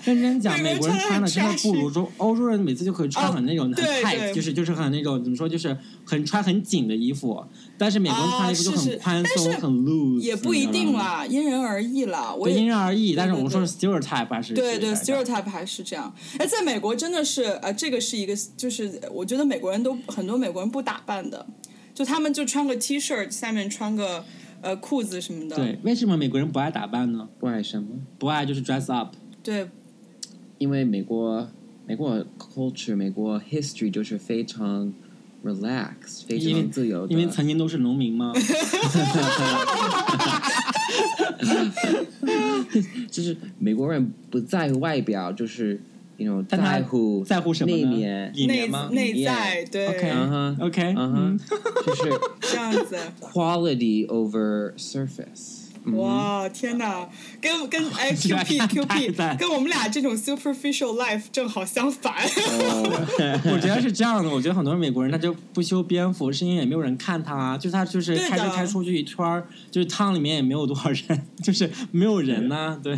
Speaker 2: 这认真讲，
Speaker 1: 美
Speaker 2: 美
Speaker 1: 国
Speaker 2: 国
Speaker 1: 人
Speaker 2: 人穿的真
Speaker 1: 穿得
Speaker 2: 的
Speaker 1: 很
Speaker 2: 不如中欧洲人，每次就可以穿很那种很
Speaker 1: 哦对
Speaker 2: tight，
Speaker 1: 对
Speaker 2: 就是就是很那种怎么说，就是很穿很紧的衣服，但是美国人穿的衣服就
Speaker 1: 啊是是
Speaker 2: 很宽松
Speaker 1: 但、是
Speaker 2: 很 loose，
Speaker 1: 也不一定啦，因人而异啦。我
Speaker 2: 嗯对，因
Speaker 1: 也
Speaker 2: 人而异。但是我
Speaker 1: 对
Speaker 2: 们说是 stereotype 还是
Speaker 1: 对对
Speaker 2: 是大家
Speaker 1: stereotype 还是这样。哎，在美国真的是，呃，这个是一个，就是我觉得美国人都很多美国人不打扮的，就他们就穿个 T 恤，下面穿个呃裤子什么的。
Speaker 2: 对，为什么美国人不爱打扮呢？
Speaker 3: 不爱什么？
Speaker 2: 不爱就是 dress up，
Speaker 1: 对
Speaker 3: 因为美国美国 culture 美国 history 就是非常 relax 非
Speaker 2: 因为
Speaker 3: 常自由的，
Speaker 2: 因为曾经都是农民嘛。
Speaker 3: 就是美国人不在乎外表，就是你 you know
Speaker 2: 但他
Speaker 3: 在乎
Speaker 2: 在乎什么
Speaker 3: 内
Speaker 2: 呢？
Speaker 3: 敛，
Speaker 2: 里
Speaker 1: 内
Speaker 2: 面吗
Speaker 1: 内
Speaker 3: 里
Speaker 1: 在
Speaker 3: 面
Speaker 1: 对
Speaker 2: OK
Speaker 3: 嗯哼
Speaker 2: OK，
Speaker 3: 嗯
Speaker 2: 嗯
Speaker 3: 哼，就是
Speaker 1: 这样
Speaker 2: (laughs)
Speaker 1: 子。
Speaker 3: quality over surface。嗯哼，
Speaker 1: 哇，天哪，跟
Speaker 2: (laughs)
Speaker 1: 跟哎 Q
Speaker 2: 居然
Speaker 1: P
Speaker 2: 还
Speaker 1: Q
Speaker 2: 还
Speaker 1: P
Speaker 2: 在
Speaker 1: 跟我们俩这种 superficial life 正好相反。 (laughs)
Speaker 3: 哦
Speaker 2: (laughs) 我觉得是这样的，我觉得很多美国人他就不修边幅，是因为也没有人看他、啊，就是他就是
Speaker 1: 对的
Speaker 2: 开车开出去一圈儿，就是趟里面也没有多少人， (laughs) 就是没有人呐、对，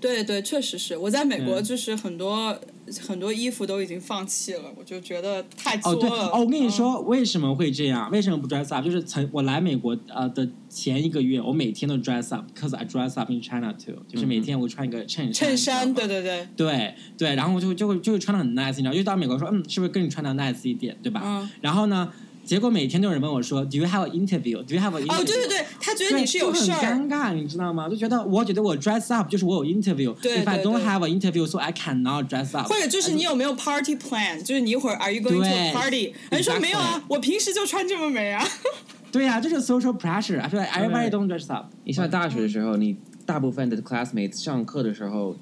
Speaker 1: 对对，确实是我在美国，
Speaker 2: 嗯
Speaker 1: 就是很多、很多衣服都已经放弃了，我就觉得太作
Speaker 2: 哦对，
Speaker 1: 了。
Speaker 2: 哦我跟你，说为什么会这样？为什么不 dress up？就是曾我来美国呃的前一个月，我每天都 dress up，cause I dress up in China too，就是每天我穿一个衬衫，
Speaker 1: 嗯衬
Speaker 2: 你
Speaker 1: 衫，
Speaker 2: 知道
Speaker 1: 对
Speaker 2: 吗
Speaker 1: 对对，
Speaker 2: 对对，然后我就就会就会穿的很 nice，你知道，就到美国说嗯，是不是跟你穿的 nice 一点，对吧？
Speaker 1: 嗯
Speaker 2: 然后呢，结果每天都有人问我说，Do you have an interview？Do you have an interview？
Speaker 1: 哦对对对，他觉得
Speaker 2: 对
Speaker 1: 你是有
Speaker 2: 就
Speaker 1: 事
Speaker 2: 很
Speaker 1: 儿，
Speaker 2: 尴尬，你知道吗？就觉得我觉得我 dress up 就是我有 interview，
Speaker 1: 对
Speaker 2: If I
Speaker 1: 对
Speaker 2: don't
Speaker 1: 对
Speaker 2: have an interview, so I cannot dress up。
Speaker 1: 或者就是你有没有 party plan，就是你一会儿 are you going to a
Speaker 2: 对
Speaker 1: party？人说
Speaker 2: exactly
Speaker 1: 没有啊，我平时就穿这么美啊。
Speaker 2: 对呀、这是 social pressure。I feel like everybody
Speaker 3: 对
Speaker 2: don't dress up。
Speaker 3: 你上大学的时候，你大部分的 classmates 上课的时候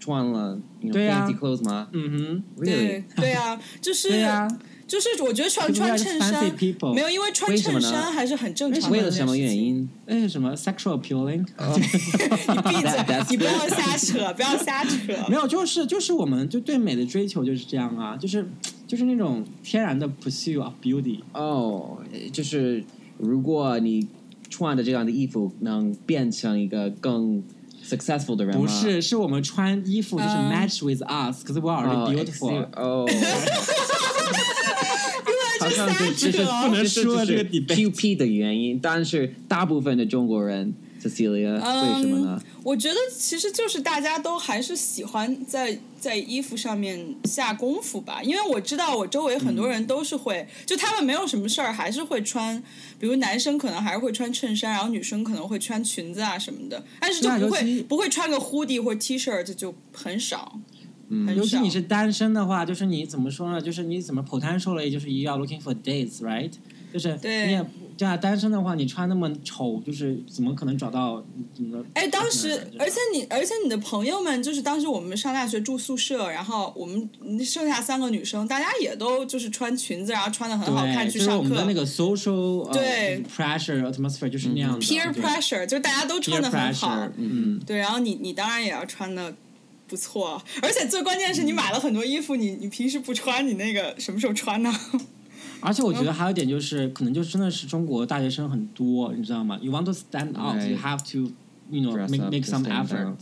Speaker 3: 穿了 you know,
Speaker 2: 对啊
Speaker 3: fancy clothes 吗
Speaker 2: 嗯哼，
Speaker 3: ？Really？
Speaker 1: 对对啊，就是
Speaker 2: 对呀、
Speaker 1: 就是我觉得穿穿衬衫
Speaker 2: fancy people
Speaker 1: 没有，因为穿
Speaker 3: 为什么
Speaker 1: 衬
Speaker 3: 呢
Speaker 1: 衫还是很正常的。
Speaker 3: 为了什么原？因？
Speaker 2: 哎，什么 sexual appealing？
Speaker 1: 你闭嘴
Speaker 3: That's-！
Speaker 1: 你不要瞎扯，不要瞎扯。
Speaker 2: 没有，就是就是我们就对美的追求就是这样啊，就是就是那种天然的 pursue of beauty。
Speaker 3: 哦，就是如果你穿的这样的衣服能变成一个更 successful 的人吗？
Speaker 2: 不是，是我们穿衣服就是
Speaker 1: 嗯
Speaker 2: match with us，because we
Speaker 3: 哦
Speaker 2: are already beautiful。
Speaker 3: excuse-
Speaker 2: (laughs)
Speaker 3: 哦，好像
Speaker 1: 瞎
Speaker 3: 这这是
Speaker 1: 扯
Speaker 2: 不能说这
Speaker 3: 这
Speaker 2: 个
Speaker 3: 是 QP 的原因，但是大部分的中国人，Cecilia，为
Speaker 2: 嗯
Speaker 3: 什么呢？
Speaker 1: 我觉得其实就是大家都还是喜欢在在衣服上面下功夫吧，因为我知道我周围很多人都是会，就他们没有什么事儿还是会穿，比如男生可能还是会穿衬衫，然后女生可能会穿裙子啊什么的，但是就
Speaker 2: 对啊
Speaker 1: 不
Speaker 2: 尤
Speaker 1: 会、
Speaker 2: 其
Speaker 1: 不会穿个 hoodie 或者 T 恤，这就很少。很
Speaker 2: 尤其
Speaker 1: 少
Speaker 2: 你是单身的话，就是你怎么说呢？就是你怎么 potentially 就是 you are looking for dates，right？就是你
Speaker 1: 对
Speaker 2: 也对啊，单身的话，你穿那么丑，就是怎么可能找到你的？
Speaker 1: 哎，当时，而且你，而且你的朋友们，就是当时我们上大学住宿舍，然后我们剩下三个女生，大家也都就是穿裙子，然后穿的很好看
Speaker 2: 对，
Speaker 1: 去
Speaker 2: 就是我
Speaker 1: 上
Speaker 2: 们
Speaker 1: 课。
Speaker 2: 的那个 social 呃
Speaker 1: 对嗯
Speaker 2: pressure atmosphere 就是那样的
Speaker 1: peer
Speaker 2: 对
Speaker 1: pressure，就大家都
Speaker 2: peer
Speaker 1: 穿的很好
Speaker 2: pressure，。嗯，
Speaker 1: 对，然后你你当然也要穿的不错，而且最关键
Speaker 2: 嗯
Speaker 1: 是你买了很多衣服，你你平时不穿，你那个什么时候穿呢？ (laughs)
Speaker 2: 而且我觉得还有一点就是，可能就真的是中国大学生很多，你知道吗？You want to stand out,
Speaker 3: Right.
Speaker 2: you have to, you know,
Speaker 3: Dress
Speaker 2: make
Speaker 3: up
Speaker 2: make
Speaker 3: to
Speaker 2: some
Speaker 3: stand
Speaker 2: effort.
Speaker 3: out.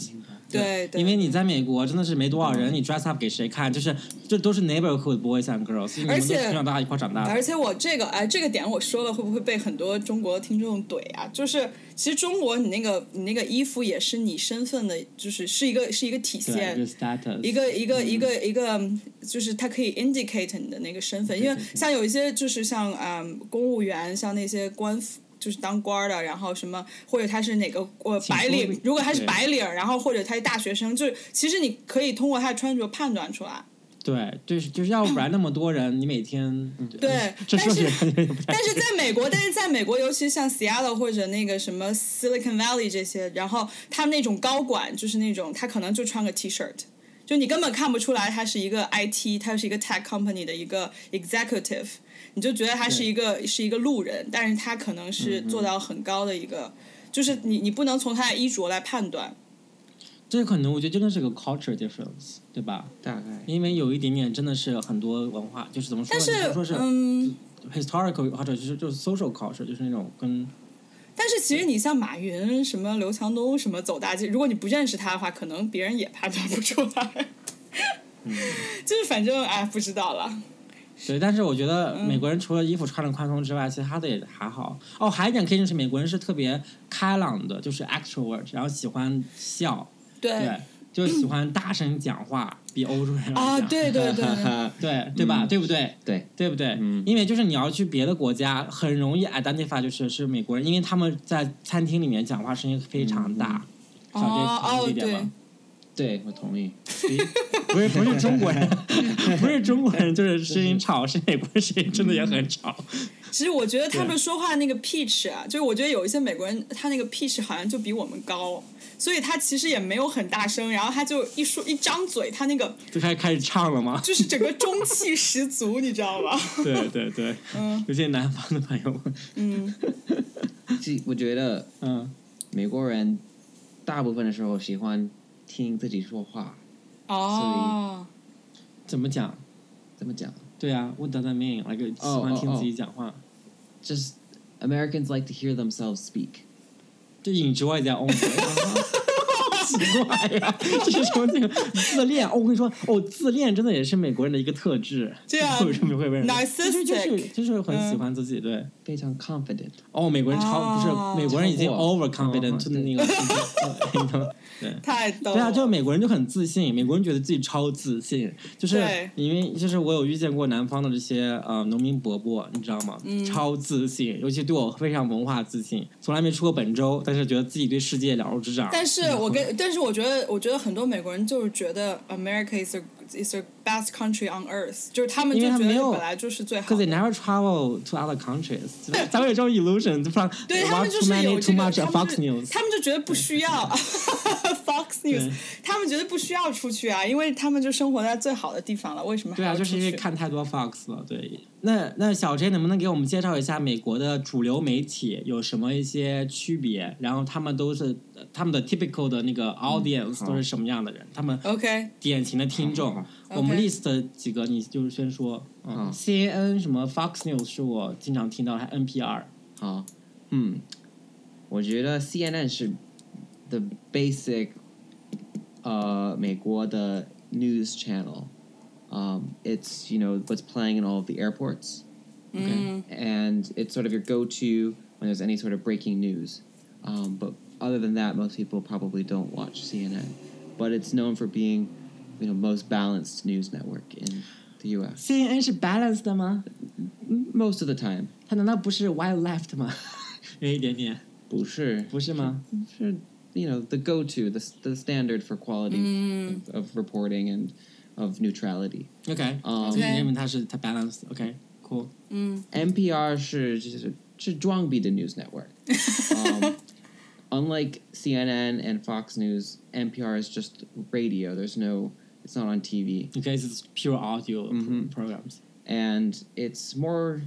Speaker 1: 对对
Speaker 2: 因为你在美国真的是没多少人，你 dress up 给谁看？就是这都是 neighborhood boys and girls，你们
Speaker 1: 而
Speaker 2: 都
Speaker 1: 且
Speaker 2: 从小到大一块长大
Speaker 1: 而
Speaker 2: 的。
Speaker 1: 且我这个哎，这个点我说了会不会被很多中国听众怼啊？就是其实中国你那个你那个衣服也是你身份的，就是是一个是一个体
Speaker 2: 对，就
Speaker 1: 现。
Speaker 2: 是 status
Speaker 1: 一个一个一
Speaker 2: 嗯
Speaker 1: 个一个，就是它可以 indicate 你的那个身份，因为像有一些就是像嗯公务员，像那些官府就是当官儿的，然后什么或者他是哪个呃
Speaker 2: 请
Speaker 1: 白
Speaker 2: 说
Speaker 1: 领
Speaker 2: 明，
Speaker 1: 如果他是
Speaker 2: 对
Speaker 1: 白领儿，然后或者他是大学生，就是其实你可以通过他的穿着判断出来。
Speaker 2: 对，就是就是要不然那么多人，你每天呃
Speaker 1: 对
Speaker 2: 这
Speaker 1: 但
Speaker 2: 说
Speaker 1: 是
Speaker 2: 起来有点不太
Speaker 1: 但是在美国，但是在美国，尤其像 Seattle 或者那个什么 Silicon Valley 这些，然后他们那种高管就是那种他可能就穿个 T-shirt，就你根本看不出来他是一个 IT，他是一个 tech company 的一个 executive，你就觉得他是一个是一个路人，但是他可能是做到很高的一个，就是你你不能从他的衣着来判断。
Speaker 2: 这可能我觉得真的是个 culture difference，对吧？
Speaker 3: 大概
Speaker 2: 因为有一点点真的是很多文化，就是怎么说
Speaker 1: 但
Speaker 2: 呢？
Speaker 1: 是
Speaker 2: 比如说是
Speaker 1: 嗯，
Speaker 2: historical 或者就是就是 social culture，就是那种跟
Speaker 1: 但是其实你像马云、什么刘强东、什么走大街，如果你不认识他的话，可能别人也判断不出
Speaker 2: (laughs)
Speaker 1: 来。
Speaker 2: 嗯
Speaker 1: (laughs) 就是反正哎，不知道了。
Speaker 2: 对，但是我觉得
Speaker 1: 嗯
Speaker 2: 美国人除了衣服穿的宽松之外，其他的也还好。哦，还有一点可以认识美国人是特别开朗的，就是 extrovert，然后喜欢笑，
Speaker 1: 对
Speaker 2: 对，就喜欢大声讲话，比欧洲人来
Speaker 1: 啊，
Speaker 2: 讲
Speaker 1: 对对对
Speaker 2: (laughs)
Speaker 1: 对，
Speaker 3: uh,
Speaker 2: 对对吧？
Speaker 3: 嗯
Speaker 2: 对不对？
Speaker 3: 对
Speaker 2: 对不对？嗯因为就是你要去别的国家，很容易 identify 就是是美国人，因为他们在餐厅里面讲话声音非常大。嗯小
Speaker 1: 哦
Speaker 2: 杰同
Speaker 1: 哦
Speaker 2: 意这一点
Speaker 1: 对
Speaker 2: 吗？，
Speaker 3: 对，我同意。
Speaker 2: 不是不是中国人， (laughs) 不是中国人，就是声音吵，是美国人声音真的也很吵。
Speaker 1: 其实我觉得他们说话那个 pitch 啊，就是我觉得有一些美国人他那个 pitch 好像就比我们高，所以他其实也没有很大声，然后他就一说一张嘴，他那个
Speaker 2: (laughs) 就开始开始唱了吗？
Speaker 1: 就是整个中气十足，你知 (laughs) 道吧？
Speaker 2: 对对对，
Speaker 1: 嗯
Speaker 2: 有些南方的朋友们，
Speaker 1: 嗯，
Speaker 3: 这我觉得
Speaker 2: 嗯，
Speaker 3: 美国人大部分的时候喜欢听自己说话，
Speaker 1: 哦，
Speaker 2: 怎么讲？
Speaker 3: 怎么讲？
Speaker 2: 对啊，What does that mean？那个喜
Speaker 3: 哦
Speaker 2: 欢听
Speaker 3: 哦
Speaker 2: 自己讲话，
Speaker 3: 就是 Americans like to hear themselves speak。
Speaker 2: 就 enjoy their own voice。奇啊怪呀、 (laughs) 这是说这个自恋、哦我跟你说，哦，自恋真的也是美国人的一个特质。
Speaker 1: 这样
Speaker 3: 啊
Speaker 2: 为什么会被人
Speaker 1: narcissistic
Speaker 2: 就是就是就是很喜欢自己，对。
Speaker 3: 非常 confident，
Speaker 2: 哦，美国人超、
Speaker 1: 哦
Speaker 2: 不是美国人已经
Speaker 3: 超过
Speaker 2: overconfident
Speaker 3: 嗯
Speaker 2: to 那个 you know，对。
Speaker 1: 太逗了。
Speaker 2: 对啊，就是美国人就很自信，美国人觉得自己超自信，就是
Speaker 1: 对
Speaker 2: 因为就是我有遇见过南方的这些呃农民伯伯，你知道吗？
Speaker 1: 嗯
Speaker 2: 超自信，尤其对我非常文化自信，从来没出过本州，但是觉得自己对世界了如指掌。
Speaker 1: 但是我跟，但是我觉得，我觉得很多美国人就是觉得 America is a is the best country on earth，就是他们
Speaker 2: 因
Speaker 1: 就
Speaker 2: 为他
Speaker 1: 觉
Speaker 2: 没
Speaker 1: 得
Speaker 2: 有
Speaker 1: 本来就是最好
Speaker 2: Because they
Speaker 1: 的。
Speaker 2: never travel to other countries，咱们有这种 illusion，就 from
Speaker 1: 对他们
Speaker 2: watch
Speaker 1: 就
Speaker 2: too
Speaker 1: 是有
Speaker 2: many
Speaker 1: 这
Speaker 2: too
Speaker 1: 个，
Speaker 2: much
Speaker 1: 他
Speaker 2: of
Speaker 1: 们
Speaker 2: Fox
Speaker 1: 就
Speaker 2: News。
Speaker 1: 他们就觉得不需要 Fox News，
Speaker 2: 对
Speaker 1: 他们觉得不需要出去啊，因为他们就生活在最好的地方了，为什么还
Speaker 2: 对
Speaker 1: 要
Speaker 3: (laughs)
Speaker 2: 啊，
Speaker 1: 出
Speaker 2: 就是因为
Speaker 1: 去？
Speaker 2: 看太多 Fox 了。对，那那小 J 能不能给我们介绍一下美国的主流媒体有什么一些区别？然后他们都是他们的 typical 的那个 audience
Speaker 3: 嗯好
Speaker 2: 都是什么样的人？他们
Speaker 1: OK，
Speaker 2: 典型的听
Speaker 3: 好
Speaker 2: 众
Speaker 3: 好，
Speaker 1: 好
Speaker 2: 我们
Speaker 1: OK
Speaker 2: list 几个，你就是先说。嗯
Speaker 3: 好
Speaker 2: ，CNN 什么 Fox News 是我经常听到，还 NPR。
Speaker 3: 好，嗯，我觉得 CNN 是 the basic 呃美国的 news channel. Um, it's you know what's playing in all of the airports,
Speaker 1: 嗯
Speaker 3: and it's sort of your go-to when there's any sort of breaking news. Um, but other than that, most people probably don't watch CNN. But it's known for being you know most balanced news network in the U.S.
Speaker 2: CNN 是 balanced 的吗？
Speaker 3: Most of the time.
Speaker 2: 它难道不是 wild left 吗？ (laughs) 有一点点，
Speaker 3: 不是。
Speaker 2: 不是吗？
Speaker 3: sure, you know the go-to the, the standard for quality
Speaker 1: Mm.
Speaker 3: of, of reporting and of neutrality
Speaker 2: OK，
Speaker 3: 嗯
Speaker 2: 你认为它是它 balanced。OK，cool。
Speaker 1: 嗯
Speaker 3: npr 是是装逼的 news network um, unlike cnn and fox news npr is just radio there's no it's not on tv
Speaker 2: Because it's pure audio
Speaker 3: Mhm.
Speaker 2: pro- programs.
Speaker 3: and it's more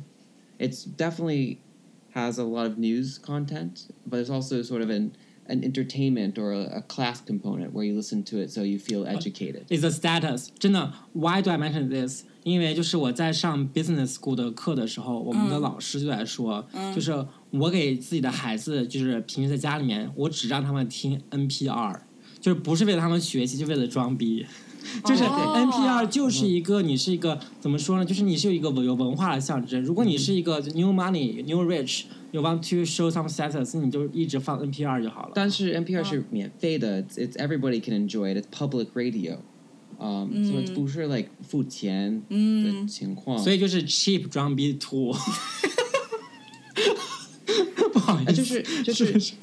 Speaker 3: it's definitely has a lot of news content but there's also sort of an an entertainment or a, a class component where you listen to it so you feel educated
Speaker 2: It's a status. 真的，Why do I mention this？因为就是我在上 business school 的课的时候，我们的老师就在说，就是我给自己的孩子，就是平时在家里面，我只让他们听 NPR，就是不是为了他们学习，就为了装逼。就是
Speaker 1: 哦
Speaker 2: NPR 就是一个你是一个怎么说呢？就是你是有一个文有文化的象征。如果你是一个 new money new rich you want to show some status，你就一直放 NPR 就好了。
Speaker 3: 但是 NPR
Speaker 1: 啊
Speaker 3: 是免费的，it's it's everybody can enjoy it. It's public radio. Um, so it's 不是 like 付钱的情况，
Speaker 2: 所以就是 cheap 装逼 tool。不好意思，
Speaker 3: 啊就是就是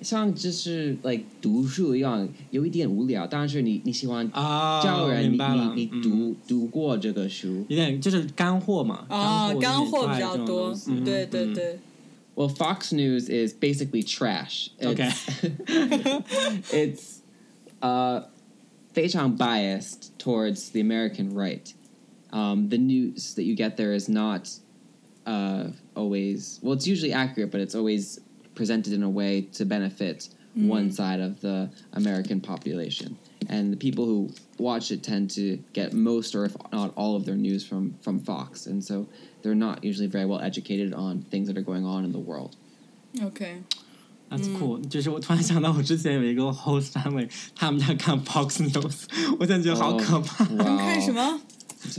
Speaker 3: 像就是 like 读书一样，有一点无聊，但是你你喜欢
Speaker 2: 啊，
Speaker 3: 教人，
Speaker 2: 明白了，
Speaker 3: 你你你
Speaker 2: 嗯
Speaker 3: 读、读过这个书。
Speaker 2: 有点就是干货嘛，
Speaker 1: 哦，
Speaker 2: 干
Speaker 1: 干货
Speaker 2: 有点
Speaker 1: 比
Speaker 2: 快
Speaker 1: 较
Speaker 2: 这种
Speaker 1: 多
Speaker 2: 东西，嗯
Speaker 1: 对对对，
Speaker 3: Well, Fox News is basically trash.
Speaker 2: OK
Speaker 3: it's uh, 非常 biased towards the American right. Um, the news that you get there is not uh, always well. It's usually accurate, but it's always presented in a way to benefit one side of the American population. And the people who watch it tend to get most, or if not all, of their news from from Fox, and so they're not usually very well educated on things that are going on in the world.
Speaker 1: OK，
Speaker 2: (laughs) That's cool，、就是我突然想到，我之前有一个 host family，他们在看 Fox News，我现在觉得好可怕。
Speaker 1: 他们看什么？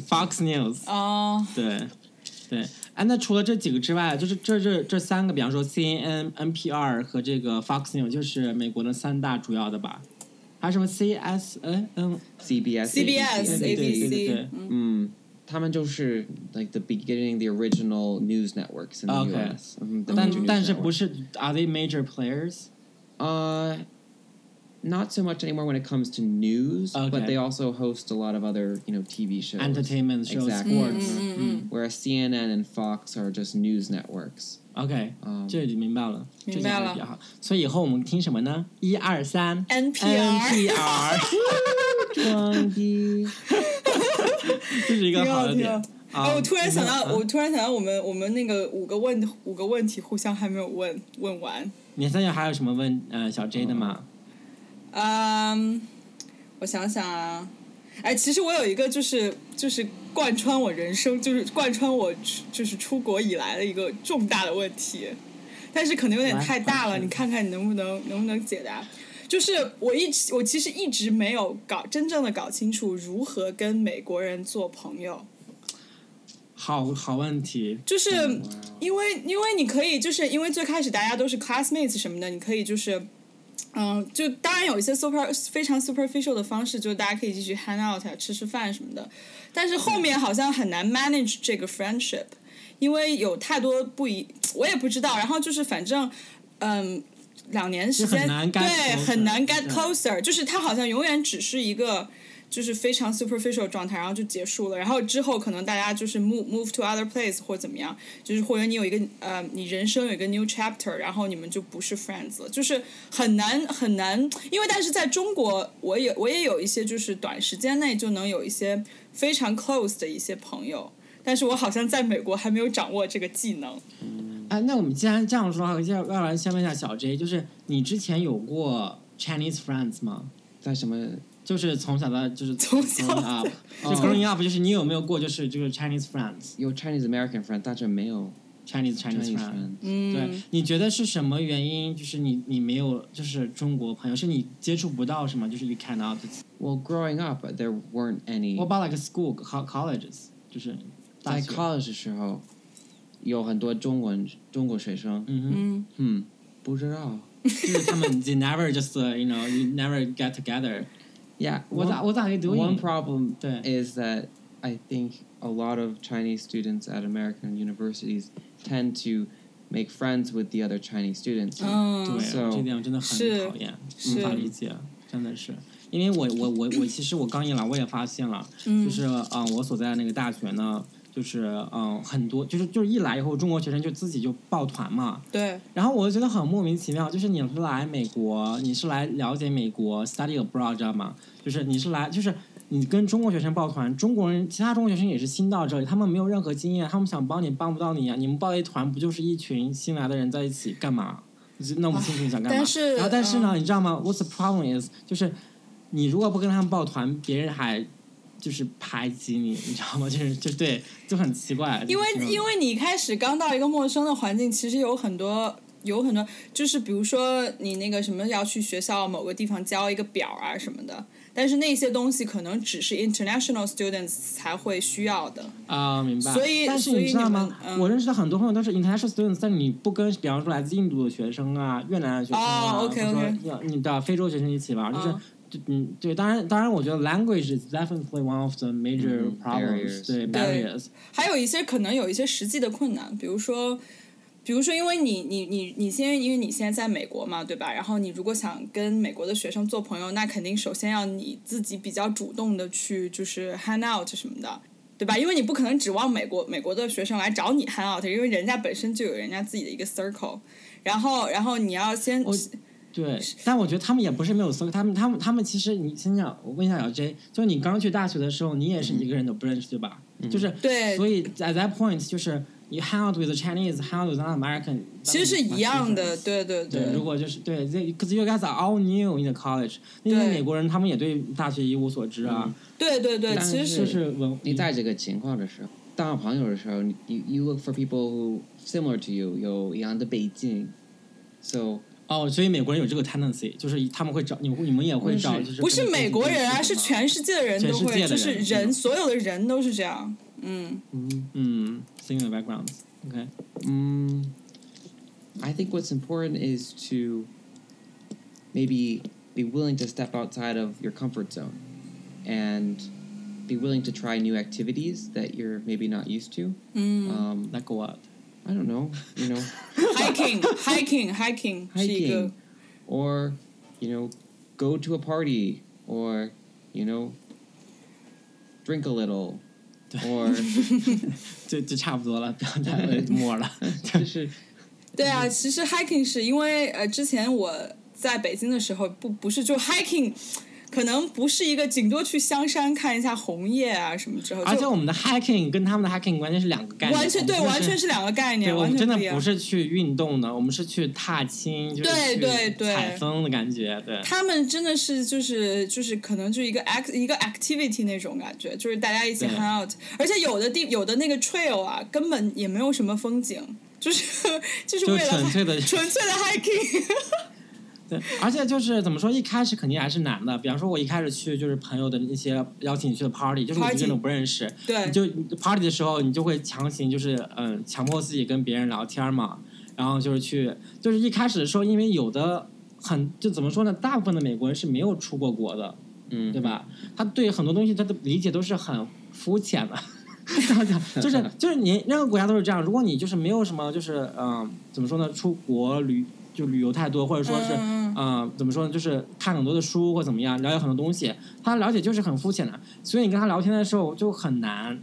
Speaker 2: Fox News，
Speaker 1: 哦，
Speaker 2: 对，对，哎，那除了这几个之外，就是这这这三个，比方说 CNN、NPR 和这个 Fox News，就是美国的三大主要的吧？还有什么 CSN？
Speaker 3: CBS,
Speaker 1: CBS
Speaker 2: 对对对对
Speaker 1: ABC，
Speaker 2: 对
Speaker 1: 嗯
Speaker 3: 嗯，Mm. 他们就是 like the beginning the original news networks in the
Speaker 2: Okay.
Speaker 3: U.S. 嗯，the
Speaker 2: 但
Speaker 3: major news
Speaker 2: 但是不
Speaker 3: network.
Speaker 2: 是 Are they major players？
Speaker 3: Uh, not so much anymore when it comes to news,
Speaker 2: Okay.
Speaker 3: but they also host a lot of other you know TV shows,
Speaker 2: Entertainment shows,
Speaker 3: Exactly.
Speaker 1: 嗯
Speaker 2: sports
Speaker 1: 嗯嗯，
Speaker 3: Whereas CNN and Fox are just news networks.
Speaker 2: OK，
Speaker 3: 嗯
Speaker 2: 这就明白了，
Speaker 1: 明白了
Speaker 2: 这就比较好。所以以后我们听什么呢？一二三
Speaker 1: NPR (laughs)
Speaker 2: NPR，
Speaker 3: Funky.
Speaker 2: (laughs) 这是一个
Speaker 1: 挺
Speaker 2: 好
Speaker 1: 好
Speaker 2: 的
Speaker 1: 听
Speaker 2: 点。。啊
Speaker 1: 哎，我突然想
Speaker 2: 啊
Speaker 1: 到，我突然想到，我们我们那个五个问五个问题互相还没有问问完。
Speaker 2: 你三月还有什么问呃小 J 的吗？
Speaker 1: 嗯，我想想啊，哎，其实我有一个就是就是贯穿我人生，就是贯穿我出就是出国以来的一个重大的问题，但是可能有点
Speaker 2: 来
Speaker 1: 太大了，
Speaker 2: 来
Speaker 1: 你看看你能不能能不能解答。就是我一直我其实一直没有搞真正的搞清楚如何跟美国人做朋友。
Speaker 2: 好好问题，
Speaker 1: 就是因为因为你可以，就是因为最开始大家都是 classmates 什么的，你可以就是。嗯，就当然有一些 super 非常 superficial 的方式，就是大家可以继续 hang out 啊，吃吃饭什么的。但是后面好像很难 manage 这个 friendship，因为有太多不一，我也不知道。然后就是反正，嗯，两年时
Speaker 2: 就
Speaker 1: 间
Speaker 2: 很难 get
Speaker 1: 对
Speaker 2: closer，嗯
Speaker 1: 很难 get
Speaker 2: 对
Speaker 1: closer，就是他好像永远只是一个。就是非常 superficial 的状态，然后就结束了。然后之后可能大家就是 move move to other place 或者怎么样，就是或者你有一个呃，你人生有一个 new chapter，然后你们就不是 friends 了，就是很难很难。因为但是在中国，我也我也有一些就是短时间内就能有一些非常 close 的一些朋友，但是我好像在美国还没有掌握这个技能。
Speaker 2: 哎，那我们既然这样说，要要不然先问一下小 J，就是你之前有过 Chinese friends 吗？
Speaker 3: 在什么？
Speaker 2: 就是从小到就是
Speaker 1: 从小
Speaker 2: growing up，就
Speaker 3: Oh,
Speaker 2: growing up，就是你有没有过就是就是 Chinese friends，Chinese
Speaker 3: 有 Chinese American friend，但是没有
Speaker 2: Chinese
Speaker 3: Chinese
Speaker 2: friends？
Speaker 3: friend。
Speaker 1: 嗯，
Speaker 2: 对，你觉得是什么原因？就是你你没有就是中国朋友，是你接触不到是吗？就是 you cannot。
Speaker 1: 嗯
Speaker 3: Well, growing up, there weren't any.
Speaker 2: What about like school co- colleges？就是大
Speaker 3: 在
Speaker 2: 学。
Speaker 3: college 的时候，有很多中文中国学生。
Speaker 2: 嗯哼，
Speaker 1: 嗯，
Speaker 3: 嗯，不知道。
Speaker 2: 就是他们 they never just uh, you know you never get together。
Speaker 3: Yeah,
Speaker 2: What
Speaker 3: one-
Speaker 2: are- what are they doing?
Speaker 3: One problem
Speaker 2: 对
Speaker 3: is that I think a lot of Chinese students at American universities tend to make friends with the other Chinese students.
Speaker 2: Oh.
Speaker 1: 嗯，
Speaker 2: 对，
Speaker 3: So-
Speaker 2: 这点我真的很
Speaker 1: 是
Speaker 2: 讨厌，
Speaker 1: 是
Speaker 2: 无法理解，真的是。因为我我我我其实我刚一来我也发现了，
Speaker 1: 嗯
Speaker 2: 就是嗯、呃我所在的那个大学呢，就是嗯、呃很多就是就是一来以后中国学生就自己就抱团嘛，
Speaker 1: 对，
Speaker 2: 然后我就觉得很莫名其妙，就是你是来美国，你是来了解美国 study abroad 知道吗？就是你是来就是。你跟中国学生抱团，中国人其他中国学生也是新到这里，他们没有任何经验，他们想帮你帮不到你啊！你们抱一团不就是一群新来的人在一起干嘛？我就弄不清楚你想干嘛。
Speaker 1: 但是
Speaker 2: 然后但是呢，
Speaker 1: 嗯
Speaker 2: 你知道吗？What's the problem is 就是你如果不跟他们抱团，别人还就是排挤你，你知道吗？就是就对，就很奇怪。
Speaker 1: 因为因
Speaker 2: 为
Speaker 1: 为你一开始刚到一个陌生的环境，其实有很多有很多，就是比如说你那个什么要去学校某个地方交一个表啊什么的，但是那些东西可能只是 international students 才会需要的。
Speaker 2: 啊、明白。
Speaker 1: 所以
Speaker 2: 但是
Speaker 1: 所以
Speaker 2: 知道
Speaker 1: 你
Speaker 2: 吗
Speaker 1: 们？嗯
Speaker 2: 我认识的很多朋友都是 international students，但你不跟，比方说来自印度的学生啊、越南的学生啊，
Speaker 1: 哦，OK，OK
Speaker 2: 或者说你的非洲学生一起玩，就是
Speaker 1: 嗯
Speaker 2: 就嗯，对，当然当然，我觉得 language is definitely one of the major
Speaker 3: 嗯
Speaker 2: problems，、
Speaker 3: barriers
Speaker 2: 对
Speaker 3: 对
Speaker 2: barriers，
Speaker 1: 还有一些可能有一些实际的困难，比如说，比如说，因为你你你你现在因为你现在在美国嘛，对吧？然后你如果想跟美国的学生做朋友，那肯定首先要你自己比较主动的去就是 hang out 什么的，对吧？因为你不可能指望美国美国的学生来找你 hang out，因为人家本身就有人家自己的一个 circle。然后，然后你要先，
Speaker 2: 我对，但我觉得他们也不是没有 circle，他们他们他们其实你先想，我问一下小 J，就是你刚去大学的时候，你也是
Speaker 3: 嗯
Speaker 2: 一个人都不认识，对吧？就是
Speaker 1: 对
Speaker 2: 所以 at that point 就是。You hang out with the Chinese, hang out with an American，
Speaker 1: 其实是一样的，
Speaker 2: 对。
Speaker 1: 对对
Speaker 2: 对，如果就是对，because you guys are all new in the college，那些
Speaker 1: 对嗯
Speaker 2: 美国人他们也对大学一无所知啊，
Speaker 1: 对对对，
Speaker 3: 但
Speaker 1: 其实
Speaker 3: 是
Speaker 2: 就是是文
Speaker 3: 你在这个情况的时候，当朋友的时候，你 you you look for people who similar to you，有一样的背景。So
Speaker 2: 哦，所以美国人有这个 tendency，就是他们会找你会，你们也会找，就是
Speaker 1: 不是美国人啊，是全世界的人都
Speaker 2: 全世界
Speaker 1: 会，
Speaker 2: 的
Speaker 1: 就是
Speaker 2: 人
Speaker 1: 人
Speaker 2: 嗯
Speaker 1: 所有的人都是这样，嗯。
Speaker 2: Oh. 嗯，singing backgrounds，OK，、
Speaker 3: Mm, I think what's important is to maybe be willing to step outside of your comfort zone and be willing to try new activities that you're maybe not used to.
Speaker 1: 嗯
Speaker 3: Um,
Speaker 2: like what？
Speaker 3: I don't know, you know,
Speaker 2: (laughs)
Speaker 1: hiking hiking hiking 是一个
Speaker 2: 嗯
Speaker 3: hiking or, you know, go to a party or, you know, drink a little or (laughs)
Speaker 2: 就就差不多了，不要再
Speaker 1: (laughs)
Speaker 2: 摸了。
Speaker 3: 就是
Speaker 1: 对啊，其实 hiking 是因为呃，之前我在北京的时候不不是就 hiking，可能不是一个，顶多去香山看一下红叶啊什么之后，
Speaker 2: 而且
Speaker 1: 就
Speaker 2: 我们的 hiking 跟他们的 hiking 完全是两个概念，
Speaker 1: 完全对，
Speaker 2: 我们
Speaker 1: 完全是两个概
Speaker 2: 对
Speaker 1: 念，
Speaker 2: 我
Speaker 1: 完
Speaker 2: 们
Speaker 1: 全
Speaker 2: 真的
Speaker 1: 不一样
Speaker 2: 不。是去运动的，我们是去踏青，就是
Speaker 1: 对
Speaker 2: 去
Speaker 1: 对对
Speaker 2: 采风的感觉，对。
Speaker 1: 他们真的是就是就是可能就一个 act 一个 activity 那种感觉，就是大家一起
Speaker 2: 对
Speaker 1: hang out，而且有的地有的那个 trail 啊，根本也没有什么风景，就是 (laughs) 就是
Speaker 2: 就
Speaker 1: 为了
Speaker 2: 纯粹的
Speaker 1: (laughs) 纯
Speaker 2: (laughs)
Speaker 1: 粹的 hiking，
Speaker 2: 对， (laughs) 而且就是怎么说，一开始肯定还是难的。比方说，我一开始去就是朋友的那些邀请你去的 party，就是我
Speaker 1: Party
Speaker 2: 真的不认识，
Speaker 1: 对
Speaker 2: 你就 party 的时候，你就会强行就是嗯，强迫自己跟别人聊天嘛。然后就是去，就是一开始的时候，因为有的很就怎么说呢，大部分的美国人是没有出过国的，
Speaker 3: 嗯
Speaker 2: 对吧？他对很多东西他的理解都是很肤浅的。 (laughs) 就是就是你任何国家都是这样，如果呃你就是没有什么就是嗯、怎么说呢，出国旅就旅游太多，或者说是
Speaker 1: 嗯嗯嗯
Speaker 2: 呃，怎么说呢？就是看很多的书或怎么样，了解很多东西。他了解就是很肤浅的，所以你跟他聊天的时候就很难。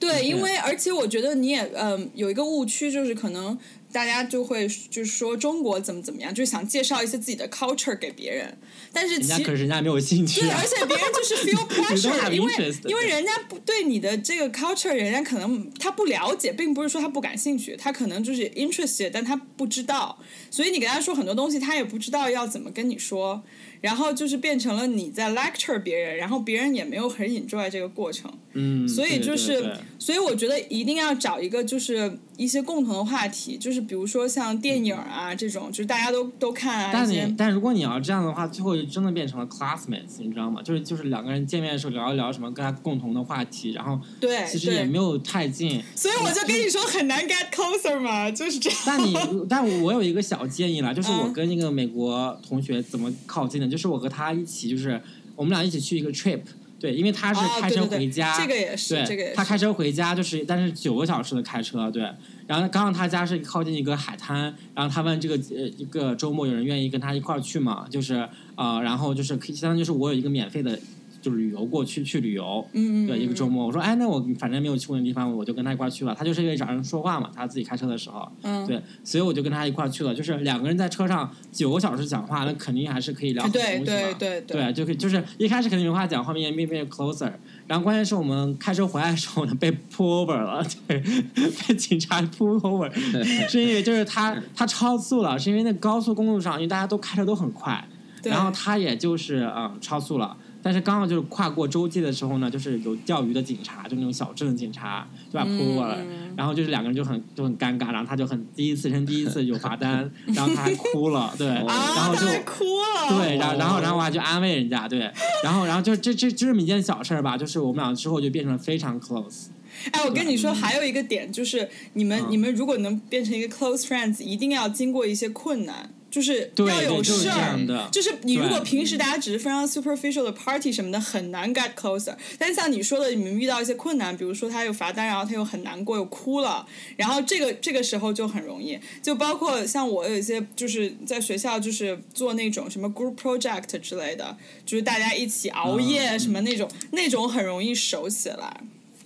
Speaker 1: 对，因
Speaker 2: 对
Speaker 1: 为而且我觉得你也嗯有一个误区，就是可能大家就会就是说中国怎么怎么样，就想介绍一些自己的 culture 给别人，但是
Speaker 2: 人家
Speaker 1: 其哎
Speaker 2: 可是人家没有兴趣、
Speaker 1: 对，
Speaker 2: 啊
Speaker 1: 而。且别人就是
Speaker 2: (laughs)
Speaker 1: feel
Speaker 2: 你都
Speaker 1: pressure，
Speaker 2: have
Speaker 1: 因为
Speaker 2: interest，
Speaker 1: 因为人家不对你的这个 culture，人家可能他不了解，并不是说他不感兴趣，他可能就是 interested，但他不知道，所以你跟他说很多东西，他也不知道要怎么跟你说，然后就是变成了你在 lecture 别人，然后别人也没有很 enjoy 这个过程。
Speaker 2: 嗯，
Speaker 1: 所以
Speaker 2: 对
Speaker 1: 就
Speaker 2: 对
Speaker 1: 是
Speaker 2: 对
Speaker 1: 所以我觉得一定要找一个就是一些共同的话题，就是比如说像电影啊这种，就是大家都都看啊。
Speaker 2: 但
Speaker 1: 一些
Speaker 2: 你但如果你要这样的话，最后真的变成了 classmates，你知道吗？就是就是两个人见面的时候聊一聊什么跟他共同的话题，然后
Speaker 1: 对
Speaker 2: 其实也
Speaker 1: 对
Speaker 2: 没，有太近。
Speaker 1: 所以我就跟你说很难 get closer 嘛，就是这样。
Speaker 2: 但你但我有一个小建议啦，就是我
Speaker 1: 嗯
Speaker 2: 跟一个美国同学怎么靠近的，就是我和他一起，就是我们俩一起去一个 trip，对，因为他是
Speaker 1: 啊，
Speaker 2: 开
Speaker 1: 对
Speaker 2: 车
Speaker 1: 对对，
Speaker 2: 回家，
Speaker 1: 这个也是，这个也
Speaker 2: 他
Speaker 1: 是。
Speaker 2: 开车回家就是，但是九个小时的开车，对。然后刚好他家是靠近一个海滩，然后他问这个呃一个周末有人愿意跟他一块儿去嘛？就是呃，然后就是可以相当于就是我有一个免费的，就旅游过去去旅游，
Speaker 1: 嗯嗯
Speaker 2: 对，一个周末。我说哎，那我反正没有去过的地方，我就跟他一块儿去吧。他就是因为找人说话嘛，他自己开车的时候，
Speaker 1: 嗯
Speaker 2: 对，所以我就跟他一块儿去了。就是两个人在车上九个小时讲话，那肯定还是可以聊很多东西
Speaker 1: 对
Speaker 2: 嘛。
Speaker 1: 对对对
Speaker 2: 对，就啊可以就是一开始肯定没话讲，后面也变变 closer。然后关键是我们开车回来的时候呢，被 pull over 了， (laughs) 对，被警察 pull over，是因为就是他他超速了，是因为那高速公路上，因为大家都开车都很快，
Speaker 1: 对
Speaker 2: 然后他也就是嗯超速了。但是刚好就是跨过州界的时候呢，就是有钓鱼的警察，就那种小镇的警察，就把 pull over 了。
Speaker 1: 嗯
Speaker 2: 然后就是两个人就很就很尴尬，然后他就很第一次人生第一次有罚单，然后他还哭了，对，
Speaker 1: 啊，
Speaker 2: 然后就
Speaker 1: 他还哭了。
Speaker 2: 对，然后然后然后我还去安慰人家，对，然后然后就这这这么一件小事儿吧，就是我们俩之后就变成了非常 close。
Speaker 1: 哎，我跟你
Speaker 2: 嗯
Speaker 1: 说，还有一个点就是，你们、你们如果能变成一个 close friends，一定要经过一些困难，就是
Speaker 2: 对，
Speaker 1: 要有
Speaker 2: 对就是
Speaker 1: 事
Speaker 2: 这
Speaker 1: 儿
Speaker 2: 样。的，
Speaker 1: 就是你
Speaker 2: 对嗯
Speaker 1: 如果平时大家只是非常 superficial 的 party 什么的，很难 get closer。但像你说的，你们遇到一些困难，比如说他有罚单，然后他又很难过，又哭了，然后这个这个时候就很容易。就包括像我有一些就是在学校就是做那种什么 group project 之类的，就是大家一起熬
Speaker 2: 嗯
Speaker 1: 夜什么那种，那种很容易熟起来。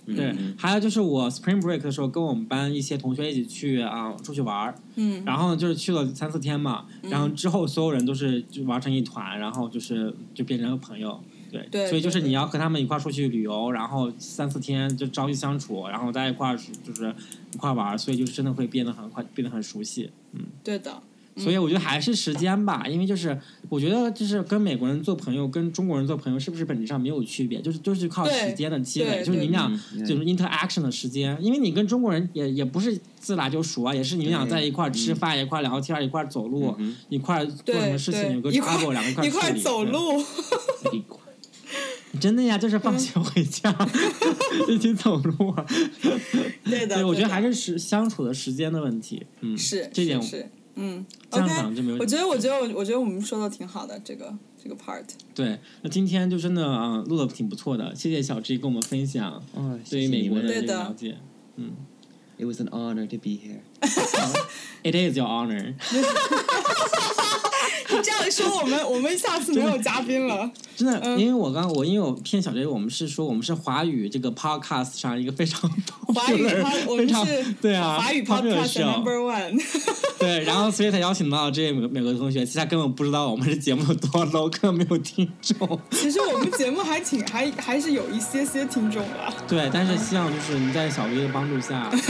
Speaker 2: 对，还有就是我 Spring Break 的时候，跟我们班一些同学一起去啊、出去玩儿，嗯，然后呢就是去了三四天嘛，然后之后所有人都是就玩成一团，然后就是就变成了朋友，对，
Speaker 1: 对
Speaker 2: 所以就是
Speaker 1: 对
Speaker 2: 你要和他们一块儿出去旅游，然后三四天就朝夕相处，然后在一块儿就是一块儿玩儿，所以就真的会变得很快，变得很熟悉，
Speaker 1: 对的，
Speaker 2: 所哎以我觉得还是时间吧，因为就是我觉得就是跟美国人做朋友，跟中国人做朋友是不是本质上没有区别，就是就是靠
Speaker 1: 对
Speaker 2: 时间的积累，
Speaker 1: 对
Speaker 2: 就是你们俩
Speaker 3: 对嗯
Speaker 2: 就是 interaction 的时间，因为你跟中国人也也不是自打就熟啊，也是你们俩
Speaker 3: 对嗯
Speaker 2: 在一块儿吃饭，一块儿聊天，一块儿走路，一块儿做什么事情，有个
Speaker 1: 对一块
Speaker 2: trouble 两个
Speaker 1: 一
Speaker 2: 一
Speaker 1: 块
Speaker 2: 块
Speaker 1: 儿
Speaker 2: 儿
Speaker 1: 走
Speaker 2: 处理，
Speaker 1: 路，
Speaker 2: 对真的呀，就是放学回家
Speaker 1: 嗯
Speaker 2: (laughs) 一起走
Speaker 1: (laughs)
Speaker 2: 路啊，
Speaker 1: 对的。
Speaker 2: 对，我觉
Speaker 1: 对
Speaker 2: 得
Speaker 1: 的
Speaker 2: 还是时相处的时间的问题，嗯，
Speaker 1: 是
Speaker 2: 这点
Speaker 1: 是是嗯
Speaker 2: 这样
Speaker 1: ，OK，
Speaker 2: 讲就没有
Speaker 1: 我觉得我觉得我我觉得我们说的挺好的，这个这个 part。
Speaker 2: 对，那今天就真的啊、录的挺不错的，谢谢小 G 跟我们分享嗯
Speaker 3: 哦，
Speaker 2: 对于美国的
Speaker 1: 对的
Speaker 2: 这个了解。嗯
Speaker 3: It was an honor to be here.
Speaker 2: ，It is your honor， (laughs)
Speaker 1: 你这样说，我们我们下次没有嘉宾
Speaker 2: (laughs)
Speaker 1: 了。
Speaker 2: 真的，
Speaker 1: 嗯
Speaker 2: 因为我刚我因为我骗小 J，我们是说我们是华语这个 podcast 上一个非常
Speaker 1: 华语
Speaker 2: popular，
Speaker 1: pod，我
Speaker 2: 非
Speaker 1: 们
Speaker 2: 常
Speaker 1: 是
Speaker 2: 对啊，
Speaker 1: 华语 podcast
Speaker 2: popular
Speaker 1: 的
Speaker 2: show
Speaker 1: number one。 (laughs)
Speaker 2: 对，然后所以才邀请到这美美国同学，其实他根本不知道我们这节目有多 low，根本没有听众。
Speaker 1: 其实我们节目还挺还还是有一些些听众的。
Speaker 2: 对，但是希望就是你在小 V 的帮助
Speaker 1: (laughs)
Speaker 2: 下，就是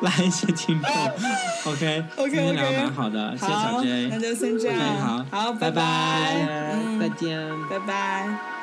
Speaker 2: 来一些听众。OK，
Speaker 1: OK，OK
Speaker 2: 今天聊得蛮好的，谢谢
Speaker 1: 好
Speaker 2: 小，
Speaker 1: 那
Speaker 2: J。
Speaker 1: 就先这
Speaker 2: OK，
Speaker 1: 样。
Speaker 2: 好
Speaker 1: 好，拜
Speaker 2: 拜拜
Speaker 1: 嗯
Speaker 3: 再见。
Speaker 1: 拜拜。